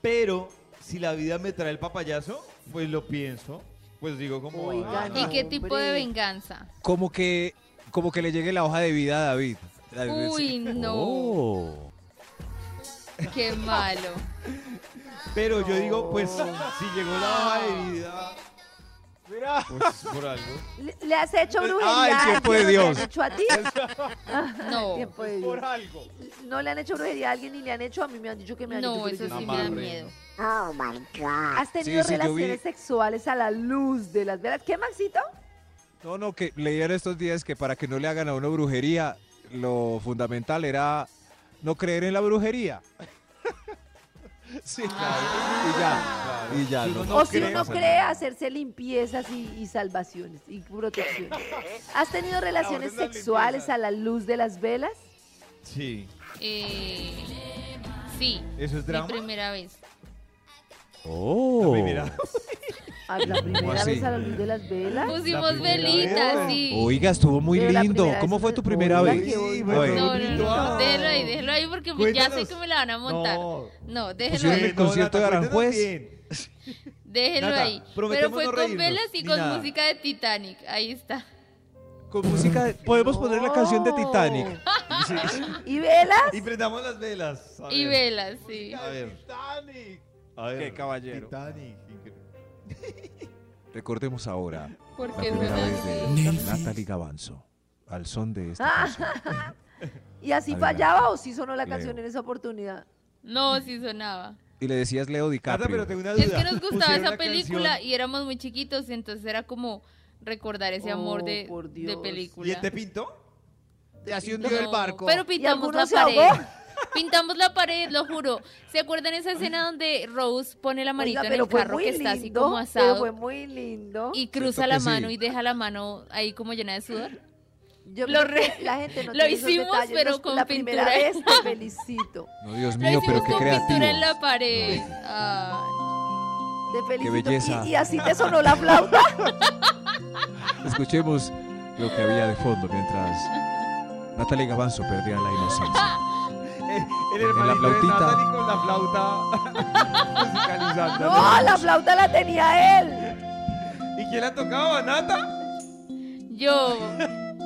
pero si la vida me trae el papayazo, pues lo pienso. Pues digo como...
Oiga,
ah,
no.
¿Y qué tipo de
Hombre.
venganza?
Como que, como que le llegue la hoja de vida a David. David,
Uy, no.
Oh.
<laughs>
Qué malo.
Pero yo digo, pues, <laughs> si llegó la baja de vida,
Mira.
pues por algo.
Le, le has hecho brujería.
Ay,
a
tiempo de
alguien, ¿no te
Dios.
han
<laughs>
hecho a ti? <laughs>
No.
Tiempo de Dios.
Por algo.
No le han hecho brujería a alguien ni le han hecho. A mí me han dicho que me han hecho
No,
brujería.
eso sí me da miedo.
¿Has tenido
sí, yo vi-
relaciones sexuales a la luz de las velas? ¿Qué, Maxito?
No, no, que leyeron estos días que para que no le hagan a uno brujería, lo fundamental era no creer en la brujería. sí, claro. Y ya. Y ya. no.
o si
creo.
uno cree hacerse limpiezas y, y salvaciones y protecciones. ¿Has tenido relaciones
orden de las
sexuales
limpiezas.
a la luz de las velas?
Sí.
Eh, sí.
¿Eso es drama?
Mi primera vez.
Oh.
Mira,
<laughs> A Ah, la primera
así?
vez a la luz de las velas.
Pusimos
primera
velitas,
vez.
sí.
Oiga, estuvo muy
Pero la
lindo.
primera
¿Cómo
vez
fue
no
tu
se-
primera
Oiga,
vez?
qué
Sí,
bonito.
bueno.
No, no, no.
Ay.
Déjelo ahí, déjelo ahí porque ya
Cuéntanos.
sé que me la van a montar. No,
No.
déjelo
Pusieron
ahí.
el concierto de
Nata,
Aranjuez.
cuéntanos bien.
Déjelo
Nata,
ahí. Pero
prometemos
fue
no
con
reírnos,
velas y
ni
con
nada.
música de Titanic. Ahí está.
Con música. de- Podemos poner la canción de
No.
Titanic.
<laughs> ¿Y velas?
Y prendamos las velas. A
Y
ver.
velas, sí.
A ver.
Titanic.
A ver.
Qué caballero.
Titanic.
Recordemos ahora la
Porque es
primera vez de
una...
Natalie Gavanzo. Al son de este esta
Ah.
canción.
<laughs> ¿Y así
Adelante.
fallaba o sí sonó la
Leo.
canción en esa oportunidad?
No, sí sonaba.
Y le decías Leo
Nata,
DiCaprio.
pero tengo una duda.
Es que nos gustaba
Pusieron
esa
la
película
canción
y éramos muy chiquitos, entonces era como recordar ese amor
Oh,
de,
por
de
Dios.
¿Y
película.
el te pintó?
Y así hundió el
No,
barco.
Pero
¿Y
pintamos
alguno
la
se
pared.
ahogó?
<laughs> Pintamos la pared, lo juro. ¿Se acuerdan esa escena donde Rose pone la manita
Oiga,
en
pero
el
fue
carro
muy
que está así
lindo.
como
Pero
asado
fue muy lindo.
y cruza
Cierto
la
que
mano
sí.
y deja la mano ahí como llena de sudor?
Yo
Lo
creo que
re-
la gente no
lo
tiene esos
hicimos,
detalles.
pero
Los-
con
la primera
pintura. <laughs>
vez te <laughs> felicito.
No, Dios
Lo
mío,
hicimos
pero qué
con pintura en
creativo.
la pared. Ay.
Te felicito.
belleza.
Y, y así te sonó la flauta. <laughs>
Escuchemos lo que había de fondo mientras Natalia Gavanzo perdía la
<laughs>
inocencia.
Eh, El
En la
hermanito de
flautita.
Natalie con la flauta <laughs> musicalizando.
No, la flauta la tenía él.
¿Y quién la tocaba, Nata?
<laughs>
Yo,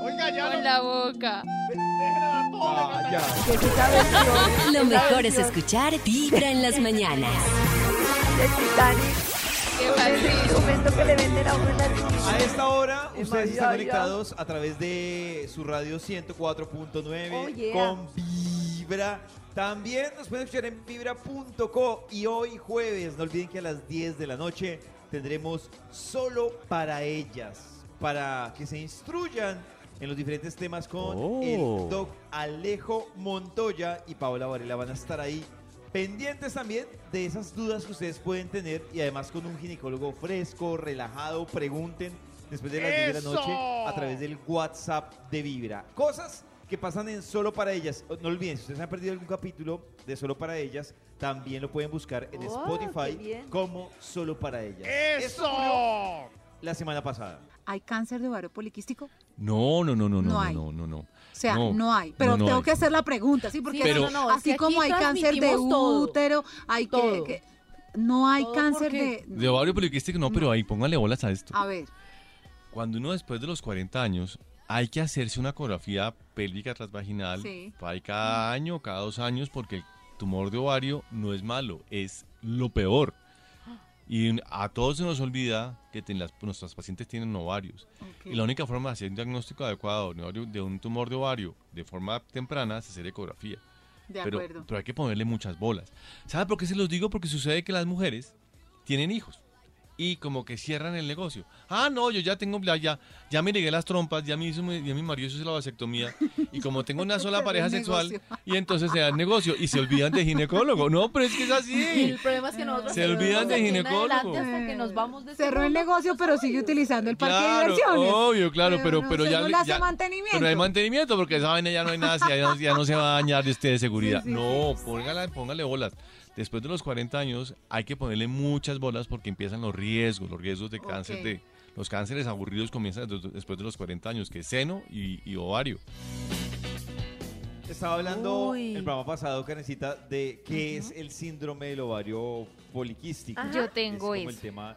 Oiga, ya
con
no.
la boca.
Déjela toda,
Ah, ya.
Que se sabe el guión
Lo mejor es escuchar Vibra en las mañanas.
de Titanic.
Qué
Con ese
fácil.
instrumento que le venden a uno en la-
A esta hora, ustedes
María,
están
ya.
conectados a través de su radio 104.9
Oh, yeah.
con Vibra. También nos pueden escuchar en vibra.co y hoy jueves, no olviden que a las 10 de la noche tendremos solo para ellas, para que se instruyan en los diferentes temas con
Oh.
el doc Alejo Montoya y Paola Varela van a estar ahí pendientes también de esas dudas que ustedes pueden tener y además con un ginecólogo fresco, relajado, pregunten después de las 10 de la
¡Eso!
noche a través del WhatsApp de Vibra. Cosas que pasan en Solo para Ellas. Oh, No olviden, si ustedes han perdido algún capítulo de Solo para Ellas, también lo pueden buscar en
Oh, qué
Spotify
bien.
como Solo para Ellas. Esto ocurrió
¡Eso!
la semana pasada.
¿Hay cáncer de ovario poliquístico?
No, no, no, no, no,
No
no,
hay.
no, no, no.
O sea,
No,
no, hay.
no,
Pero
no
tengo
hay.
que hacer la pregunta, ¿sí? Porque
Sí, Pero-
así,
no,
no, es que aquí
como hay cáncer de
transmitimos todo.
útero, hay que,
Todo.
que- No hay
Todo
cáncer
porque-
de...
De ovario poliquístico no, pero ahí póngale bolas a esto.
A ver,
Cuando uno después de los 40 años hay que hacerse una ecografía pélvica transvaginal
Sí.
hay cada año, cada dos años, porque el tumor de ovario no es malo, es lo peor. Y un- a todos se nos olvida que ten- las- nuestras pacientes tienen ovarios.
ok.
Y la única forma de hacer un diagnóstico adecuado de ovario- de un tumor de ovario de forma temprana es hacer ecografía.
de
pero,
acuerdo.
pero hay que ponerle muchas bolas. ¿Sabe por qué se los digo? Porque sucede que las mujeres tienen hijos y como que cierran el negocio. Ah, no, yo ya tengo, ya, ya, ya me llegué las trompas, ya me hizo mi, ya mi marido hizo la vasectomía y como
<laughs>
tengo una sola
Cerré
pareja
el
sexual
negocio.
y entonces se da el negocio y se olvidan de ginecólogo. No, pero es que es
<laughs>
<laughs>
así.
problema es que nosotros
Se
seguimos
olvidan de
aquí en
ginecólogo.
adelante hasta que nos vamos de
Cerró el
segundo.
negocio, pero sigue utilizando el parque
Claro,
de diversiones.
obvio, claro, pero,
no
pero
sé,
ya,
no le hace
ya-
mantenimiento.
Pero hay mantenimiento porque esa vaina ya no hay nada, si ya, no- ya no se va a dañar de usted de seguridad.
Sí, sí,
no, póngala- póngale bolas. Después de los 40 años hay que ponerle muchas bolas porque empiezan los riesgos, los riesgos de cáncer
Ok.
de... Los cánceres aburridos comienzan des- después de los 40 años, que es seno y, y ovario.
Estaba hablando
Uy.
el programa pasado, Karencita, de qué es el síndrome del ovario poliquístico.
Ajá.
Yo tengo
es como el
eso.
tema.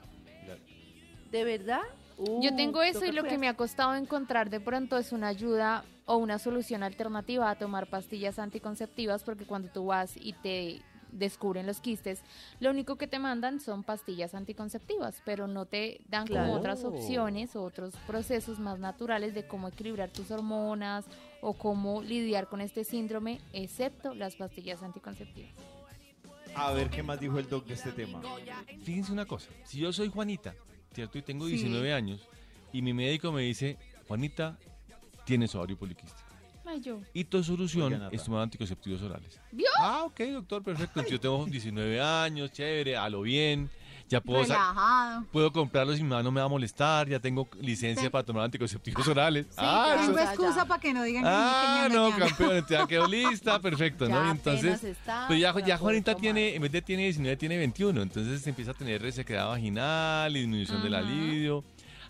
¿De verdad? Uh,
Yo tengo eso y
toca
lo que me ha costado encontrar de pronto es una ayuda o una solución alternativa a tomar pastillas anticonceptivas porque cuando tú vas y te descubren los quistes, lo único que te mandan son pastillas anticonceptivas, pero no te dan
Claro.
como otras opciones o otros procesos más naturales de cómo equilibrar tus hormonas o cómo lidiar con este síndrome, excepto las pastillas anticonceptivas.
A ver qué más dijo el doc de este tema.
Fíjense una cosa, si yo soy Juanita, ¿cierto? Y tengo
Sí.
19 años y mi médico me dice, Juanita, tienes ovario poliquístico.
Ay, yo.
Y tu
Oigan,
solución
Nata.
es tomar anticonceptivos orales.
¿Vio?
Ah, ok, doctor, perfecto. Yo tengo 19 años, chévere, a lo bien. Ya puedo, sa-
Relajado.
puedo comprarlos y mi mamá no me va a molestar. Ya tengo licencia
Ten-
para tomar anticonceptivos orales. ah,
claro.
eso-
Tengo
ya, ya.
excusa para que no digan que
ah,
ña, ña,
no,
ña.
campeón, ya quedó lista, perfecto,
Ya
¿no? Y
apenas
Entonces,
está
pues ya,
para
ya
poder
Juanita
tomar.
tiene, en vez de tiene 19, tiene 21, entonces empieza a tener resequedad vaginal, y disminución de la
Ajá.
libido.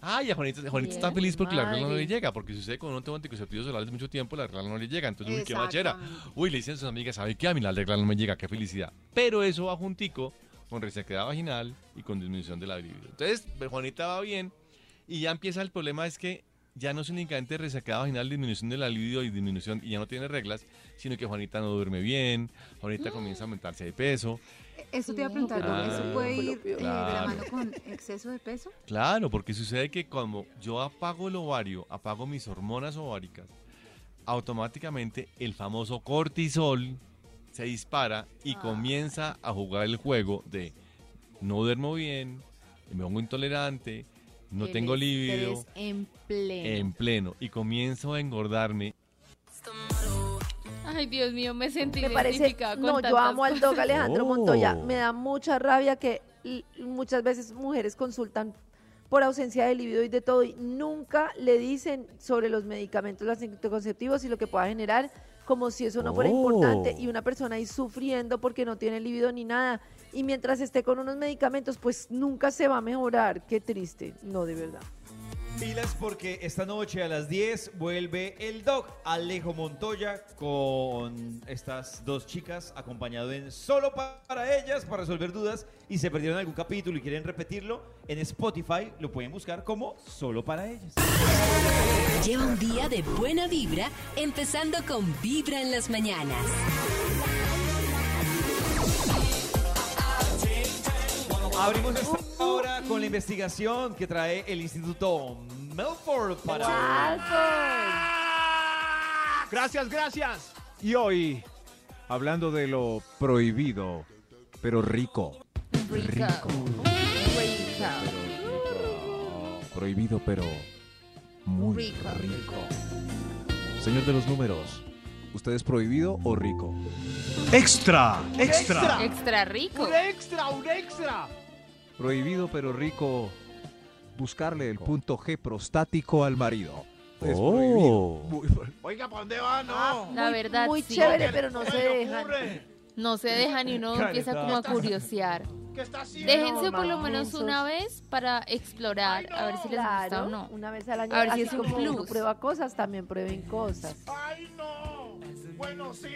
Ah, ya Juanita, Juanita está
Bien,
feliz porque la regla no
madre.
le llega, porque si usted cuando no tengo anticonceptivos orales mucho tiempo, la regla no le llega, entonces, uy, qué bachera.
Exactamente.
Uy, le dicen a sus amigas, ¿sabe qué? A mí la regla no me llega, qué felicidad. Pero eso va juntico con resequedad vaginal y con disminución de la libido. Entonces, pues, Juanita va bien y ya empieza el problema es que ya no es únicamente resequedad vaginal, disminución de la libido y disminución y ya no tiene reglas, sino que Juanita no duerme bien, Juanita comienza a aumentarse de peso.
Eso te iba a preguntar,
Ah,
¿eso puede ir eh, de la
claro.
mano con exceso de peso?
Claro, porque sucede que como yo apago el ovario, apago mis hormonas ováricas, automáticamente el famoso cortisol se dispara y comienza a jugar el juego de no duermo bien, me pongo intolerante, no tengo libido
En pleno.
en pleno y comienzo a engordarme
Ay, Dios mío, me sentí
Me parece,
identificada con
no, yo
tantas
amo al doc Alejandro
Oh.
Montoya. Me da mucha rabia que l- muchas veces mujeres consultan por ausencia de libido y de todo y nunca le dicen sobre los medicamentos, los anticonceptivos y lo que pueda generar, como si eso no fuera
Oh.
importante y una persona ahí sufriendo porque no tiene libido ni nada y mientras esté con unos medicamentos pues nunca se va a mejorar. Qué triste, no de verdad.
Pilas porque esta noche a las 10 vuelve el Doc Alejo Montoya con estas dos chicas acompañado en Solo pa- para ellas para resolver dudas y se perdieron algún capítulo y quieren repetirlo en Spotify lo pueden buscar como Solo para ellas.
Lleva un día de buena vibra, empezando con Vibra en las mañanas.
Abrimos esta hora con la investigación que trae el Instituto Melford para
Gracias, gracias.
Y hoy, hablando de lo prohibido, pero rico.
Rico.
Prohibido, pero muy rico.
Rico.
Señor de los números, ¿usted es prohibido o rico?
Extra,
Extra.
Extra rico.
Un extra, un extra.
Prohibido, pero rico. Buscarle el punto G prostático al marido. Es
Oh.
prohibido. Muy pro-
Oiga, ¿para dónde va? No.
Ah, La verdad,
Muy
sí.
chévere, pero no
¿Qué
se
le
dejan.
ocurre?
No se dejan y uno
<laughs>
empieza como a curiosear.
¿Qué está haciendo?
Déjense por lo
mamá,
menos
esos-
una vez para explorar,
Ay, no.
a ver si les gusta
Claro,
o no.
una vez al año,
A ver si
así
es un
como uno
plus.
prueba cosas, también prueben cosas.
Ay, no. Bueno, sí.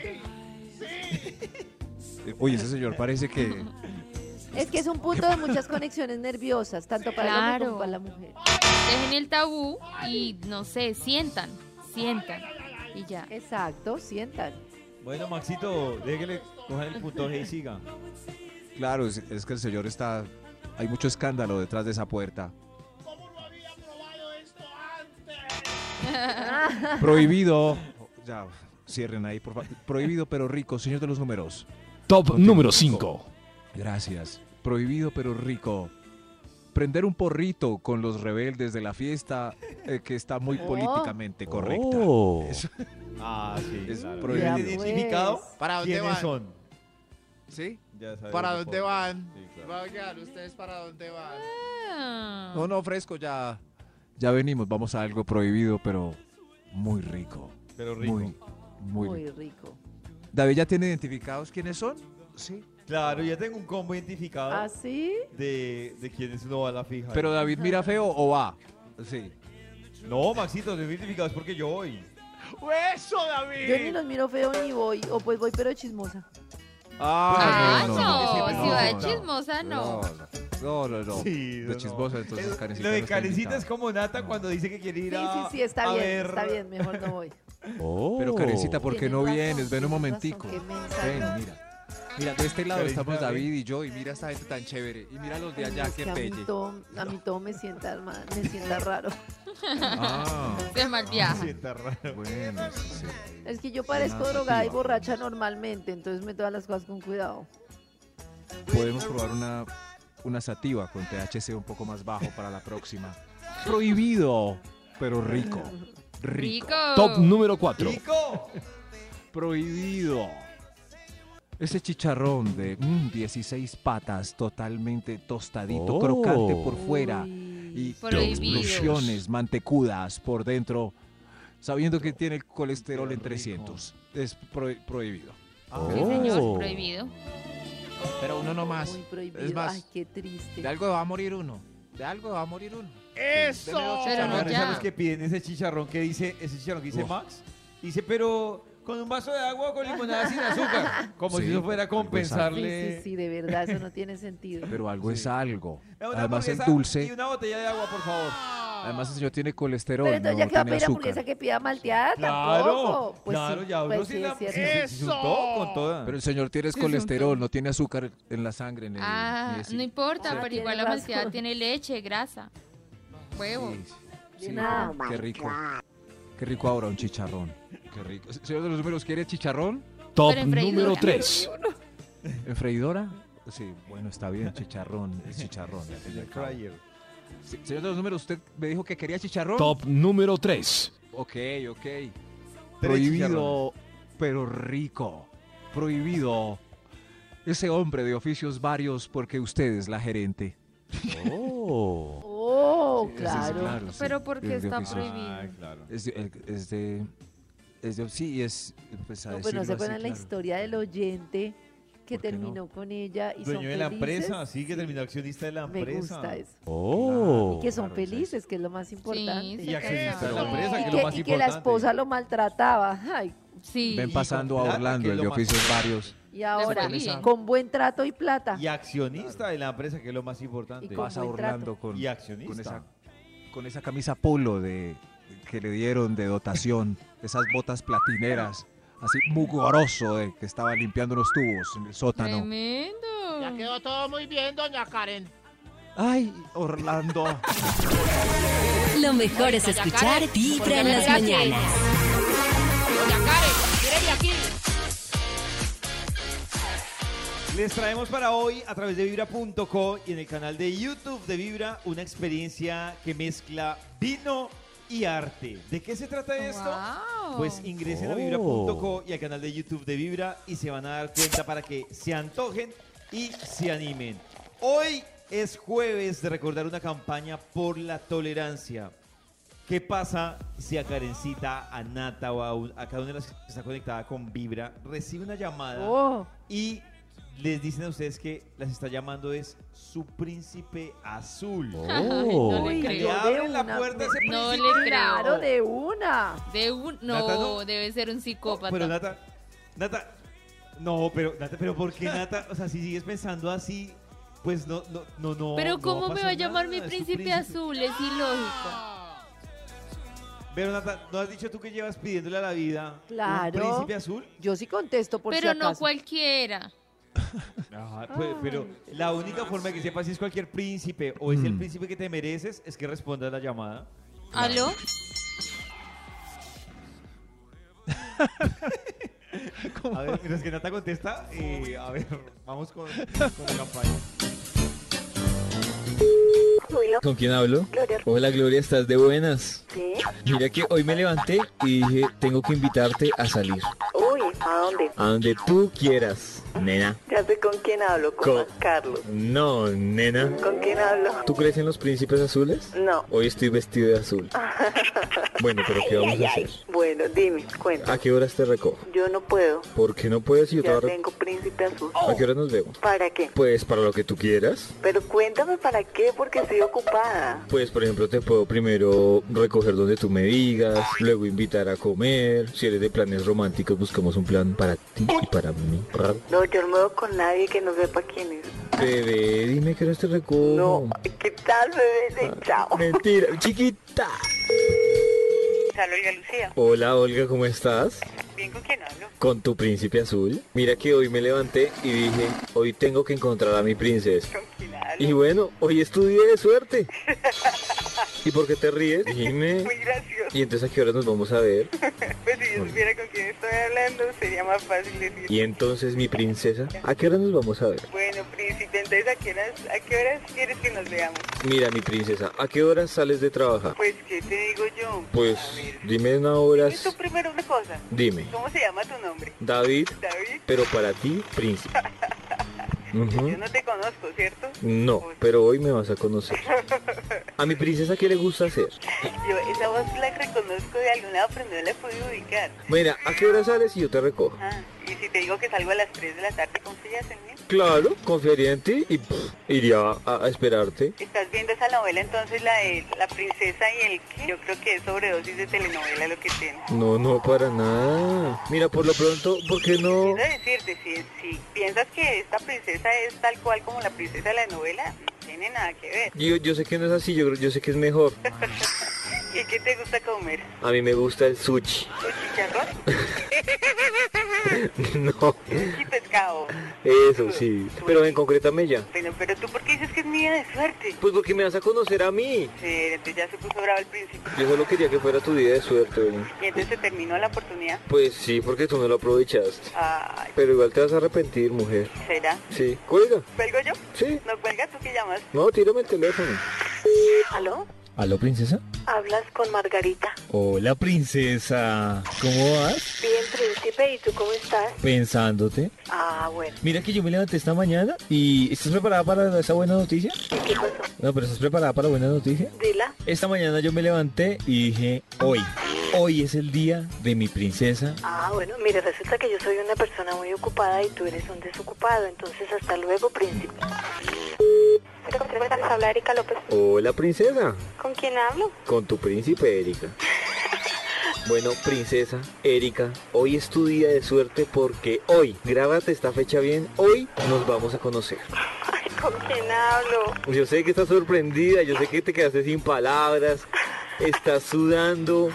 Sí.
Eh, Oye, ese señor parece que.
Es que es un punto de muchas conexiones nerviosas, tanto para el hombre
Claro.
como para la mujer.
Dejen el tabú y no sé, sientan, sientan. Y ya.
Exacto,
<laughs>
sientan.
Bueno, Maxito, déjele coger el punto G y siga.
Claro, es, es que el señor está. Hay mucho escándalo detrás de esa puerta.
¿Cómo no había probado esto antes?
Prohibido. Ya, cierren ahí, por favor. Prohibido, pero rico, señor de los números.
Top
Continúo.
número 5.
Gracias. Prohibido, pero rico. Prender un porrito con los rebeldes de la fiesta eh, que está muy
Oh.
políticamente correcta. Oh. Eso
Ah, sí.
Es
claro.
prohibido.
¿Tiene significado?
¿Para dónde
pues. ¿Quiénes
van?
son?
¿Sí?
Ya sabemos
¿Para
por
dónde
qué.
van?
Sí, claro.
Oigan, ¿ustedes para dónde van?
Ah.
No, no, fresco, ya. Ya venimos, vamos a algo prohibido, pero muy rico.
Pero rico.
Muy, muy
Muy
rico.
rico.
David ya tiene identificados quiénes son. Sí.
Claro, ya tengo un combo identificado
¿Así?
de, de quienes uno va a la fija.
Pero David mira feo o va. Sí.
no, Maxito, tengo identificados porque yo voy.
¡Eso, David!
Yo ni los miro feo ni voy, o pues voy pero chismosa.
Ah,
no,
no,
no, no,
si va de
no.
chismosa, no.
No, no, no.
Sí,
de
no.
chismosa, entonces
Es-
Karencita
Lo
no
de
está
Karencita
invitada.
es como Nata cuando dice que quiere
Sí,
ir a.
sí, sí, está
a
bien,
ver-
está bien, mejor no voy.
Oh. Pero Karencita, ¿por qué
Tienes
no
razón,
vienes? Ven
tienes
un
razón,
momentico.
qué mensaje.
Ven, mira. Mira, de este lado
Feliz
estamos
Navidad.
David y yo, y mira esta gente tan chévere. Y mira los de allá,
Es
qué
que a mí,
pelle.
todo, a mí todo me sienta, mal- me sienta raro.
Ah,
Se mal viaja.
Sienta raro.
bueno. sí, sí.
Es que yo parezco drogada y borracha normalmente, entonces me todas las cosas con cuidado.
Podemos probar una, una sativa con THC un poco más bajo para la próxima. Prohibido, pero rico. Rico.
Rico.
Top número 4.
¡Rico!
Prohibido. Ese chicharrón de mm, 16 patas, totalmente tostadito,
Oh.
crocante por fuera y
Prohibido.
explosiones, mantecudas por dentro, sabiendo que tiene el colesterol en 300. Es pro- prohibido.
Ah,
Sí,
Oh.
señor, prohibido.
Pero uno no
Muy prohibido.
más,
Ay, qué triste.
De algo va a morir uno. De algo va a morir uno.
¡Eso!
Pero no
Chicharrones a los
ya.
que piden ese chicharrón que dice, ese chicharrón que dice
Uf.
Max, dice, pero con un vaso de agua o con limonada sin
<laughs>
azúcar. Como
Sí,
si eso fuera a
algo es
Sí,
compensarle.
sí, sí, de verdad, eso no tiene sentido.
Pero algo es algo.
Una
Además el
hamburguesa Y
dulce.
una botella de agua, por favor.
Además el señor tiene colesterol.
Pero entonces ya
no
que va a
tiene
pedir
azúcar.
hamburguesa que pida malteada,
Claro,
tampoco. Pues
claro,
sí,
ya uno
pues
sí
sí,
la-
es cierto.
sí,
¡Eso!
sí, todo con toda.
Pero el señor tiene es
Sí, es un
colesterol,
tonto.
no tiene azúcar en la sangre. En el,
Ah,
ni es-
no importa,
Ah,
pero
tiene
igual la
razón.
malteada tiene leche, grasa, huevo.
Sí, sí,
De
sí,
nada.
qué rico. Qué rico ahora un chicharrón. Qué rico. Señor de los números, ¿quiere chicharrón?
Top
Pero en freidora.
número 3.
¿En freidora? Sí, bueno, está bien, chicharrón, es chicharrón. al fin y al cabo.
Fryer.
Sí, señor de los números, usted me dijo que quería chicharrón.
Top número 3.
Ok, ok. Prohibido, pero rico. Prohibido. Ese hombre de oficios varios porque usted es la gerente. <laughs>
Oh,
Ese es
claro.
sí,
Pero ¿por qué
es de
está
oficios.
Ah,
prohibido?
claro.
Es de, el- es de, es de- sí, es, pues a
No, pero no se
decirlo
acuerdan
así,
la
claro.
historia del oyente que
¿Por qué no?
terminó con ella y son
Dueño de la
felices?
empresa, sí, que terminó accionista de la
Me
empresa.
gusta eso.
Oh.
y que son
Claro, es
felices, que es lo más importante.
sí,
Y accionista de la
Eso.
empresa, que
Y
es lo más
que, y que la
importante.
esposa lo maltrataba. Ay,
Sí.
Ven
Y
pasando
con plata,
a
que
Orlando,
es
el
lo
de
más
oficios varios.
y ahora,
fue bien.
con buen trato y plata.
Y accionista de la empresa, que es lo más importante.
Y con
Pasa
buen trato.
Orlando con,
Y accionista.
con esa, con esa camisa polo de, que le dieron de dotación, esas botas platineras, así mugoroso de que estaba limpiando unos tubos en el sótano.
Ya
Tremendo.
quedó todo muy bien, doña Karen.
Ay,
<laughs>
Orlando.
Lo mejor es escuchar Vibra en las mañanas.
Doña Karen, míreme aquí.
Les traemos para hoy a través de vibra.co y en el canal de YouTube de Vibra una experiencia que mezcla vino y arte. ¿De qué se trata esto?
Wow.
Pues ingresen a vibra.co y al canal de YouTube de Vibra y se van a dar cuenta para que se antojen y se animen. Hoy es jueves de recordar una campaña por la tolerancia. ¿Qué pasa si a Karencita, a Nata o a, un- a cada una de las que está conectada con Vibra recibe una llamada
Oh,
y les dicen a ustedes que las está llamando es su príncipe azul?
Oh. <laughs> Ay, no
Le
le creo.
abren la
una-
puerta a ese príncipe.
No le creo.
claro, de una.
De un-
Nata,
no,
no.
debe ser un psicópata.
Pero Nata, Nata, no, pero Nata, pero ¿por qué Nata? O sea, si sigues pensando así, pues no, no, no, no.
Pero
no
¿cómo
a
me
pasar
va a llamar
nada,
mi
es tu
príncipe, azul? Es ilógico.
Pero Nata, ¿no has dicho tú que llevas pidiéndole a la vida
Claro.
un príncipe azul?
Yo
<laughs>
sí contesto por
Pero
si
no
acaso.
cualquiera.
Ajá, pues, pero la única forma de que sepas si es cualquier príncipe o
Mm.
es el príncipe que te mereces es que respondas la llamada.
¿Aló?
A ver, mientras que Nata contesta, eh, a ver, vamos con, con la campaña.
¿Con quién hablo? Hola Gloria, ¿estás de buenas? Mira que hoy me levanté y dije, tengo que invitarte a salir.
Uy, ¿a dónde?
A donde tú quieras, nena.
Ya sé con quién hablo, con,
Con-
Juan Carlos.
No, nena.
¿Con quién hablo?
¿Tú crees en los príncipes azules?
No.
Hoy estoy vestido de azul. Bueno, pero ¿qué vamos
Ay,
a
ay.
hacer?
Bueno, dime, cuenta.
¿A qué horas te recojo?
Yo no puedo.
¿Por qué no puedes? Y Yo te
Ya
voy a re-
tengo príncipe azul.
¿A qué horas nos vemos?
¿Para qué?
Pues para lo que tú quieras.
Pero cuéntame para qué, porque estoy ocupada.
Pues por ejemplo te puedo primero recoger donde tú me digas, luego invitar a comer. Si eres de planes románticos buscamos un plan para ti y para mí.
No, yo no me veo con nadie que no sepa quién es.
Bebé, dime que no te
No,
recojo. Ah,
¿qué tal, bebé? Sí, Chao.
Mentira, chiquita.
habla Olga Lucía. <laughs>
Hola Olga, ¿cómo estás?
Bien, ¿con quién hablo?
Con tu príncipe azul. Mira que hoy me levanté y dije, hoy tengo que encontrar a mi princesa. Y bueno, hoy estudié de
<laughs>
suerte. ¿Y por qué te ríes? Dime.
Muy gracioso.
¿Y entonces a qué hora nos vamos a ver?
Pues si yo supiera con quién estoy hablando, sería más fácil decir.
Y entonces mi princesa, ¿a qué hora nos vamos a ver?
Bueno, príncipe, entonces, ¿a qué, horas, ¿a qué horas quieres que nos veamos?
Mira mi princesa, ¿a qué hora sales de trabajar?
Pues, ¿qué te digo yo?
Pues dime una hora.
Dime tú primero una cosa.
Dime.
¿Cómo se llama tu nombre?
David,
David.
pero para ti,
<laughs>
príncipe. Ujú.
Yo no te conozco, ¿cierto?
No, pero hoy me vas a conocer. ¿A mi princesa qué le gusta hacer?
Yo esa voz la reconozco de algún lado, pero no la pude ubicar.
Mira, ¿a qué hora sales y yo te recojo?
Ah, y si te digo que salgo a las 3 de la tarde, ¿confías en mí?
Claro, confiaría en ti y pff, iría a, a esperarte.
¿Estás viendo esa novela entonces, la de la princesa y el que? Yo creo que es sobredosis de telenovela lo que tiene.
No, no, para nada. Mira, por lo pronto, ¿por qué no?
Quiero decirte, si, si piensas que esta princesa es tal cual como la princesa de la novela, no tiene nada que ver.
Yo, yo sé que no es así, yo, creo- yo sé que es mejor.
¿Y qué te gusta comer?
A mí me gusta el sushi. <laughs>
¿Un chicharrón?
no,
¿Y pescado?
eso sí. Pero ven, concrétame ya.
Bueno, pero tú por qué dices que es mía de suerte?
Pues porque me vas a conocer a mí.
Sí, entonces ya se puso bravo el príncipe.
Yo solo quería que fuera tu día de suerte, ven.
Y entonces se terminó la oportunidad. Ah,
Pues sí, porque tú no lo aprovechaste.
Ay,
Pero igual te vas a arrepentir, mujer.
¿será?
Sí, cuelga.
¿Cuelgo yo?
Sí.
¿No cuelga tú que llamas?
No, tírame el teléfono.
¿Aló?
¿Aló, princesa?
¿Hablas con Margarita?
Hola, princesa. ¿Cómo vas?
Bien, príncipe, ¿y tú cómo estás?
Pensándote.
Ah, bueno.
Mira que yo me levanté esta mañana y ¿estás preparada para esa buena noticia?
¿Qué pasó?
No, pero ¿estás preparada para la buena noticia?
Dila.
Esta mañana yo me levanté y dije, hoy, hoy es el día de mi princesa.
Ah, bueno, mire, resulta que yo soy una persona muy ocupada y tú eres un desocupado, entonces hasta luego, príncipe. Habla Erika López.
Hola, princesa.
¿Con quién hablo?
Con tu príncipe, Erika. Bueno, princesa, Erika, hoy es tu día de suerte porque hoy, grábate esta fecha bien, hoy nos vamos a conocer.
<laughs> ¿Con quién hablo?
Yo sé que estás sorprendida, yo sé que te quedaste sin palabras, estás sudando.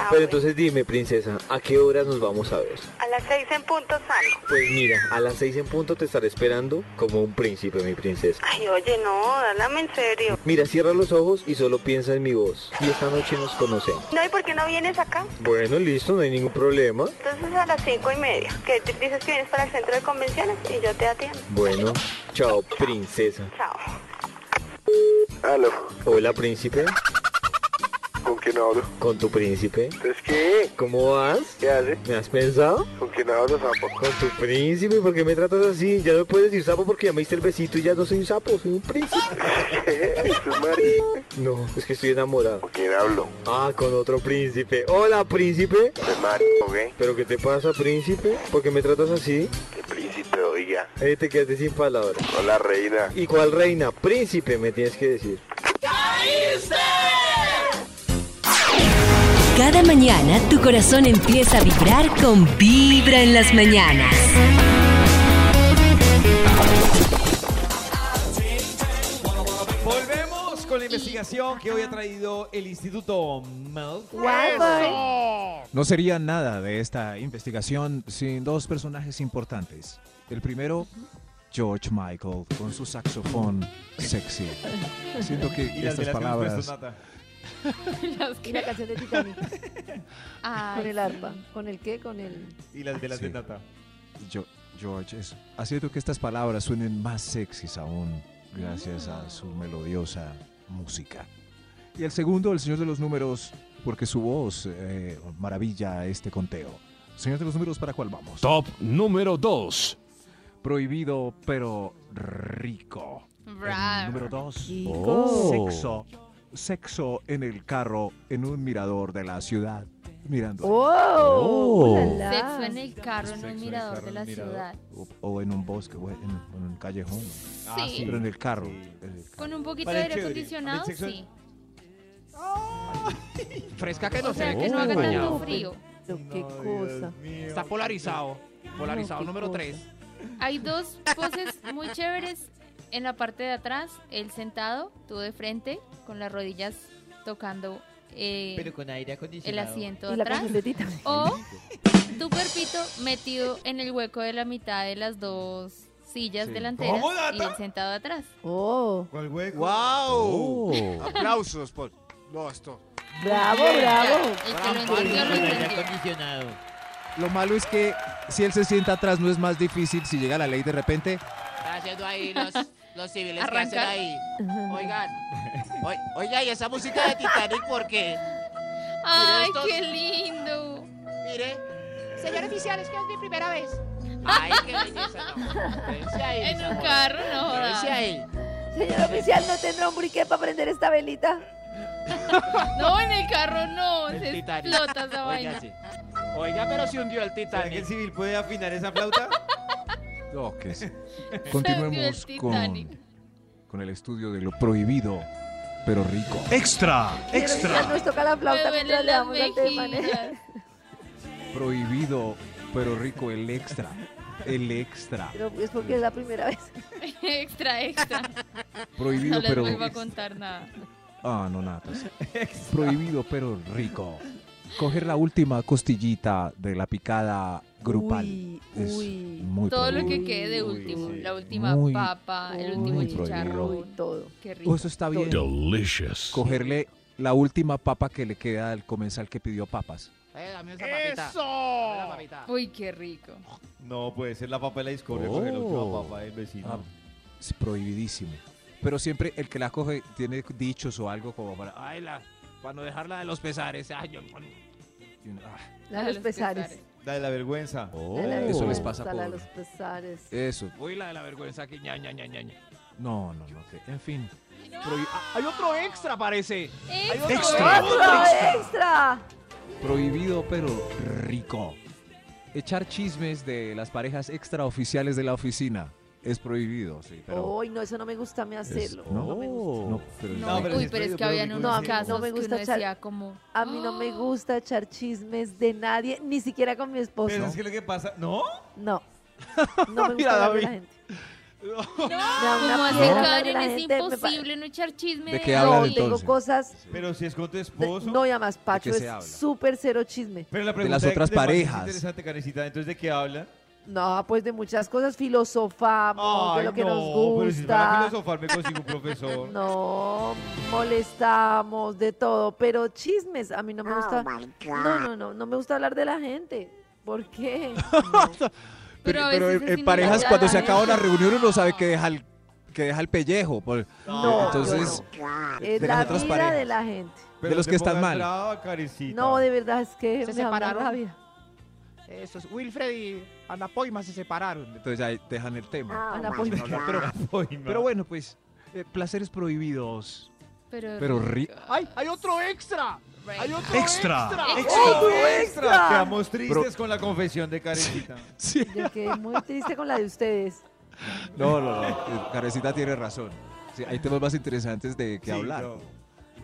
Ah,
Pero entonces dime, princesa, ¿a qué hora nos vamos a ver?
A las seis en punto salgo.
Pues mira, a las seis en punto te estaré esperando como un príncipe, mi princesa.
Ay, oye, no, háblame en serio.
Mira, cierra los ojos y solo piensa en mi voz. Y esta noche nos conocemos.
No, ¿y por qué no vienes acá?
Bueno, listo, no hay ningún problema.
Entonces a las cinco y media, que te- dices que vienes para el centro de convenciones y yo te atiendo.
Bueno, chao, princesa.
Chao.
Aló. Hola, príncipe.
¿Con quién hablo?
¿Con tu príncipe?
¿Es qué?
¿Cómo vas?
¿Qué hace?
¿Me has pensado?
¿Con quién hablo, sapo?
Con tu príncipe, ¿por qué me tratas así? Ya no puedes decir sapo porque ya me diste el besito y ya no soy un sapo, soy un príncipe.
¿Eh? ¿Esto es Mari?
No, es que estoy enamorado.
¿Con quién hablo?
Ah, con otro príncipe. Hola, príncipe.
Es Mari, ¿ok?
¿Pero qué te pasa, príncipe? ¿Por qué me tratas así?
El príncipe, oiga.
Eh, te quedaste sin palabras.
Hola, reina.
¿Y cuál reina? Príncipe, me tienes que decir.
Cada mañana tu corazón empieza a vibrar con Vibra en las mañanas.
Volvemos con la investigación que hoy ha traído el Instituto Malfoy.
No sería nada de esta investigación sin dos personajes importantes. El primero, George Michael, con su saxofón sexy. Siento que
Y las velas
estas
que nos
palabras...
prestó Nata.
Y la canción de Titanic. con el arpa. ¿Con el qué? Con el...
Y las velas de
Sí.
Nata.
Yo- George, es, haciendo ah, que estas palabras suenen más sexys aún, gracias a su melodiosa música. Y el segundo, el señor de los números, porque su voz eh, maravilla este conteo. Señor de los números, ¿para cuál vamos? Top número 2. Prohibido, pero rico. El número Oh. 2.
Rico.
Oh.
Sexo. Sexo en el carro, en un mirador de la ciudad. Mirando.
¡Oh! ¡Ulala!
Sexo en el carro, en un mirador de
en
la
un mirador.
ciudad.
O, o en un bosque, o en, en un callejón.
Ah, sí.
Pero en el carro. en el
Con un poquito
Vale,
de aire
chévere.
acondicionado,
Vale, sexo-
sí.
Fresca que
O
no
sea,
sé.
que no haga tanto frío.
qué cosa.
Está polarizado. Polarizado
qué
número
cosa.
3.
Hay dos poses muy chéveres en la parte de atrás, el sentado, tú de frente, con las rodillas tocando eh,
Pero con aire
el
acondicionado.
asiento
Y la
atrás.
camiseta.
O tu cuerpito metido en el hueco de la mitad de las dos sillas
Sí.
delanteras
¿Cómo,
y él sentado atrás.
Oh.
¿Cuál hueco?
¡Wow!
Oh. Aplausos por. No, esto.
Bravo,
Bien.
bravo.
El que lo entendió, lo
Con aire
entendió. <laughs>
acondicionado.
Lo malo es que si él se sienta atrás no es más difícil si llega la ley de repente.
Está haciendo ahí los, los civiles que hacen
Arrancar.
ahí. Oigan. oi- oiga, ¿y esa música de Titanic por qué?
¡Ay,
estos-
qué lindo!
Mire. Señor oficial, es que es mi primera vez. Ay, qué belleza, no. Quédense ahí, mis
En un
amores.
carro, no jodas.
Quédense ahí.
Señor oficial, ¿no tendrá un briquet para prender esta velita?
No, en el
<laughs>
carro no,
El
se
Titanic.
explota esa
Oiga,
vaina.
sí. Oiga, pero se hundió el
¿Será que
Titanic.
el civil puede afinar esa flauta?
No, que sí.
Se
Continuemos
hundió el
con,
Titanic.
con el estudio de lo prohibido, pero rico.
Extra,
Señor oficial,
extra,
nos toca la
Me
flauta mientras
duelen
le
las
damos la
mejillas.
tema. ¿eh?
Prohibido, pero rico, el extra. El extra.
Pero es porque es la
<laughs>
primera vez.
Extra, extra.
Prohibido,
No les
pero.
vuelvo a contar nada.
Ah, no, nada. Prohibido, pero rico. Coger la última costillita de la picada grupal.
Uy,
Es
uy.
muy
Todo lo que
prohibido.
quede de último. La última
Muy-
papa, el último
muy
Uy,
chicharrón.
todo.
Qué
Oh,
rico.
eso está bien.
delicious.
Cogerle la última papa que le queda al comensal que pidió papas.
Eh, dame esa papita. Dame la
¡Eso!
papita.
Uy, qué rico.
No, puede ser la papa de la discordia coger la última papa del vecino.
Ah, es prohibidísimo. Pero siempre el que la coge tiene dichos o algo como para, ah, ay, la, para no dejarla de los pesares. Ay, yo- Y uno, ah,
La de los pesares.
La de la vergüenza.
La de la
Eso les
vergüenza,
pasa
La de
por-
los pesares.
eso.
Uy, la de la vergüenza que ña, ña, ña, ña, ña.
No, no, no. que- en fin.
Prohi- ah, Hay otro extra, parece. Hay otro
Extra.
¡Otro extra!
Prohibido pero rico. Echar chismes de las parejas extraoficiales de la oficina. Es prohibido, sí, pero...
Uy, no, eso no me gusta me
es-
hacerlo.
no,
Oh, No me
no,
gusta.
pero es-
No, pero
Uy,
sí
pero es
estoy
que
de
había
acuerdo
unos
con
No, a mí no
casos
me
que
gusta
uno
echar-
decía como... "Ah".
A mí no me gusta echar chismes de nadie, ni siquiera con mi esposo.
Pero es que lo que pasa. ¿No?
No. No
Mira,
me gusta hablar de la
David.
gente. Me da una
¿Cómo hace
flojera hablar de
Karen?
la
Es
gente, me pa-
imposible no echar chisme.
¿De qué
nadie.
hablan
No, tengo
entonces?
cosas.
Pero si es con tu
de-
esposo.
no, y además, Pacho
qué se
es
habla?
súper cero chisme.
Pero la
De
pregunta
las otras
Max
parejas.
Es interesante, Karencita. Entonces, ¿de qué habla?
No, pues de muchas cosas filosofamos, de lo que nos
pero si para
gusta.
filosofar me
<laughs>
consigo un profesor.
No, molestamos, de todo. Pero chismes, a mí no me gusta. No, no, no, no me gusta hablar de la gente. ¿Por qué?
Pero a veces es
en, en parejas
inevitable.
cuando se acaba una reunión uno sabe que deja el, que deja el pellejo. por-
No,
entonces,
Es
de
la
las otras
vida de
parejas.
la gente.
Pero
de los
te
que están
pongas
mal.
brava, Karencita.
No, de verdad es que
¿Se
me da una
separaron?
rabia.
Eso es. Wilfred y Ana Poima se separaron.
Entonces ya dejan el tema.
Ana Paulina.
pero, <laughs>
Ay, no.
pero bueno, pues, eh, placeres prohibidos.
Pero,
Pero ri-
¡Ay! ¡Hay otro extra! ¡Hay otro
Extra.
extra!
¡Otro
extra!
extra! Quedamos tristes
Pero-
con la confesión de Karencita.
Sí.
Yo quedé muy triste con la de ustedes.
No, no, no. eh, Carecita tiene razón. Sí, hay temas más interesantes de que
Sí,
hablar.
No.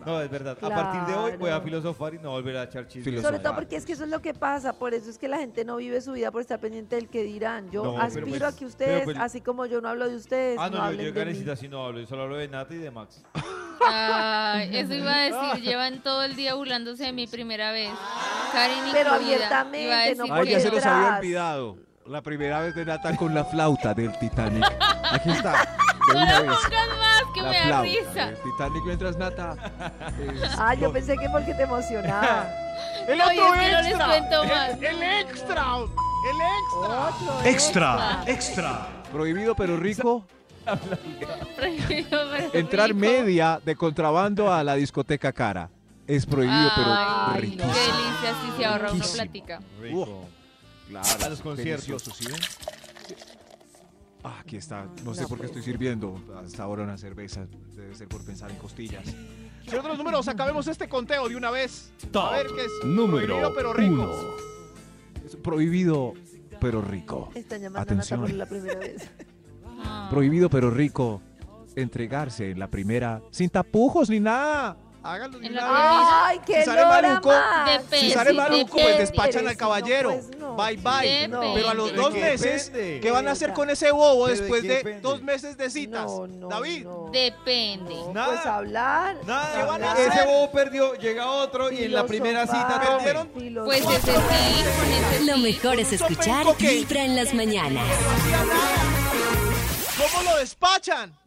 No, es verdad. A partir de hoy voy a
Claro.
filosofar y no volver a echar chismes.
Filosofar.
Sobre todo porque es que eso es lo que pasa, por eso es que la gente no vive su vida por estar pendiente del que dirán. Yo
No, pero
aspiro
pues-
a que ustedes,
pero pues-
así como yo no hablo de ustedes,
Ah,
no,
no, yo,
hablen
yo de
de mí.
Karencita sí no hablo. Yo solo hablo de Nata y de Max.
<laughs>
ay, eso iba a decir, llevan todo el día burlándose de mi primera vez. Karen incluida.
Pero abiertamente,
Iba a decir
no
Ay,
porque
ya se
que
nos había
detrás.
olvidado. La primera vez de Nata con la flauta del Titanic. Aquí está. De una vez.
pongan más que
La
me da
flauta
risa.
del Titanic mientras Nata. es-
Ah, yo pensé que porque te emocionaba.
¡El
No, y
otro
es que no les
extra!
cuento más.
El, el extra! ¡El extra!
extra,
<laughs>
extra.
Prohibido pero rico.
Prohibido, pero
Entrar
rico.
media de contrabando a la discoteca cara. Es prohibido pero
Ay,
rico.
Qué delicia, así se ahorra una
Riquísimo.
plática.
Rico.
Claro,
A los conciertos.
delicioso, ¿sí ven? Ah, aquí está. No sé por qué estoy sirviendo hasta ahora una cerveza. Debe ser por pensar en costillas.
Señor de los números, acabemos este conteo de una vez.
Top
a ver qué es.
número
prohibido, pero rico.
uno.
Es prohibido, pero rico.
Están llamando
Atención.
a Nata por la primera vez.
Ah.
Prohibido, pero rico. Entregarse en la primera sin tapujos ni nada.
Hágalo de
En
una
la
vez.
primera.
¡Ay, qué
Si sale
lora
Maluco,
más!
Depende,
Si sale
sí,
maluco, pues
depende.
despachan
Pero
al
si
caballero.
No, pues no.
Bye bye.
No.
Pero a los
Depende.
dos meses,
Depende.
¿qué van a hacer con ese bobo
Pero de
después
qué
de
depende.
dos meses de citas? David.
Depende.
Pues hablar.
Nada,
van a
ese
hacer?
bobo perdió, llega otro y en la primera cita
Filosofar.
perdieron.
Pues ese sí, con ese
Lo mejor es escuchar Vibra en las mañanas.
¿Cómo lo despachan?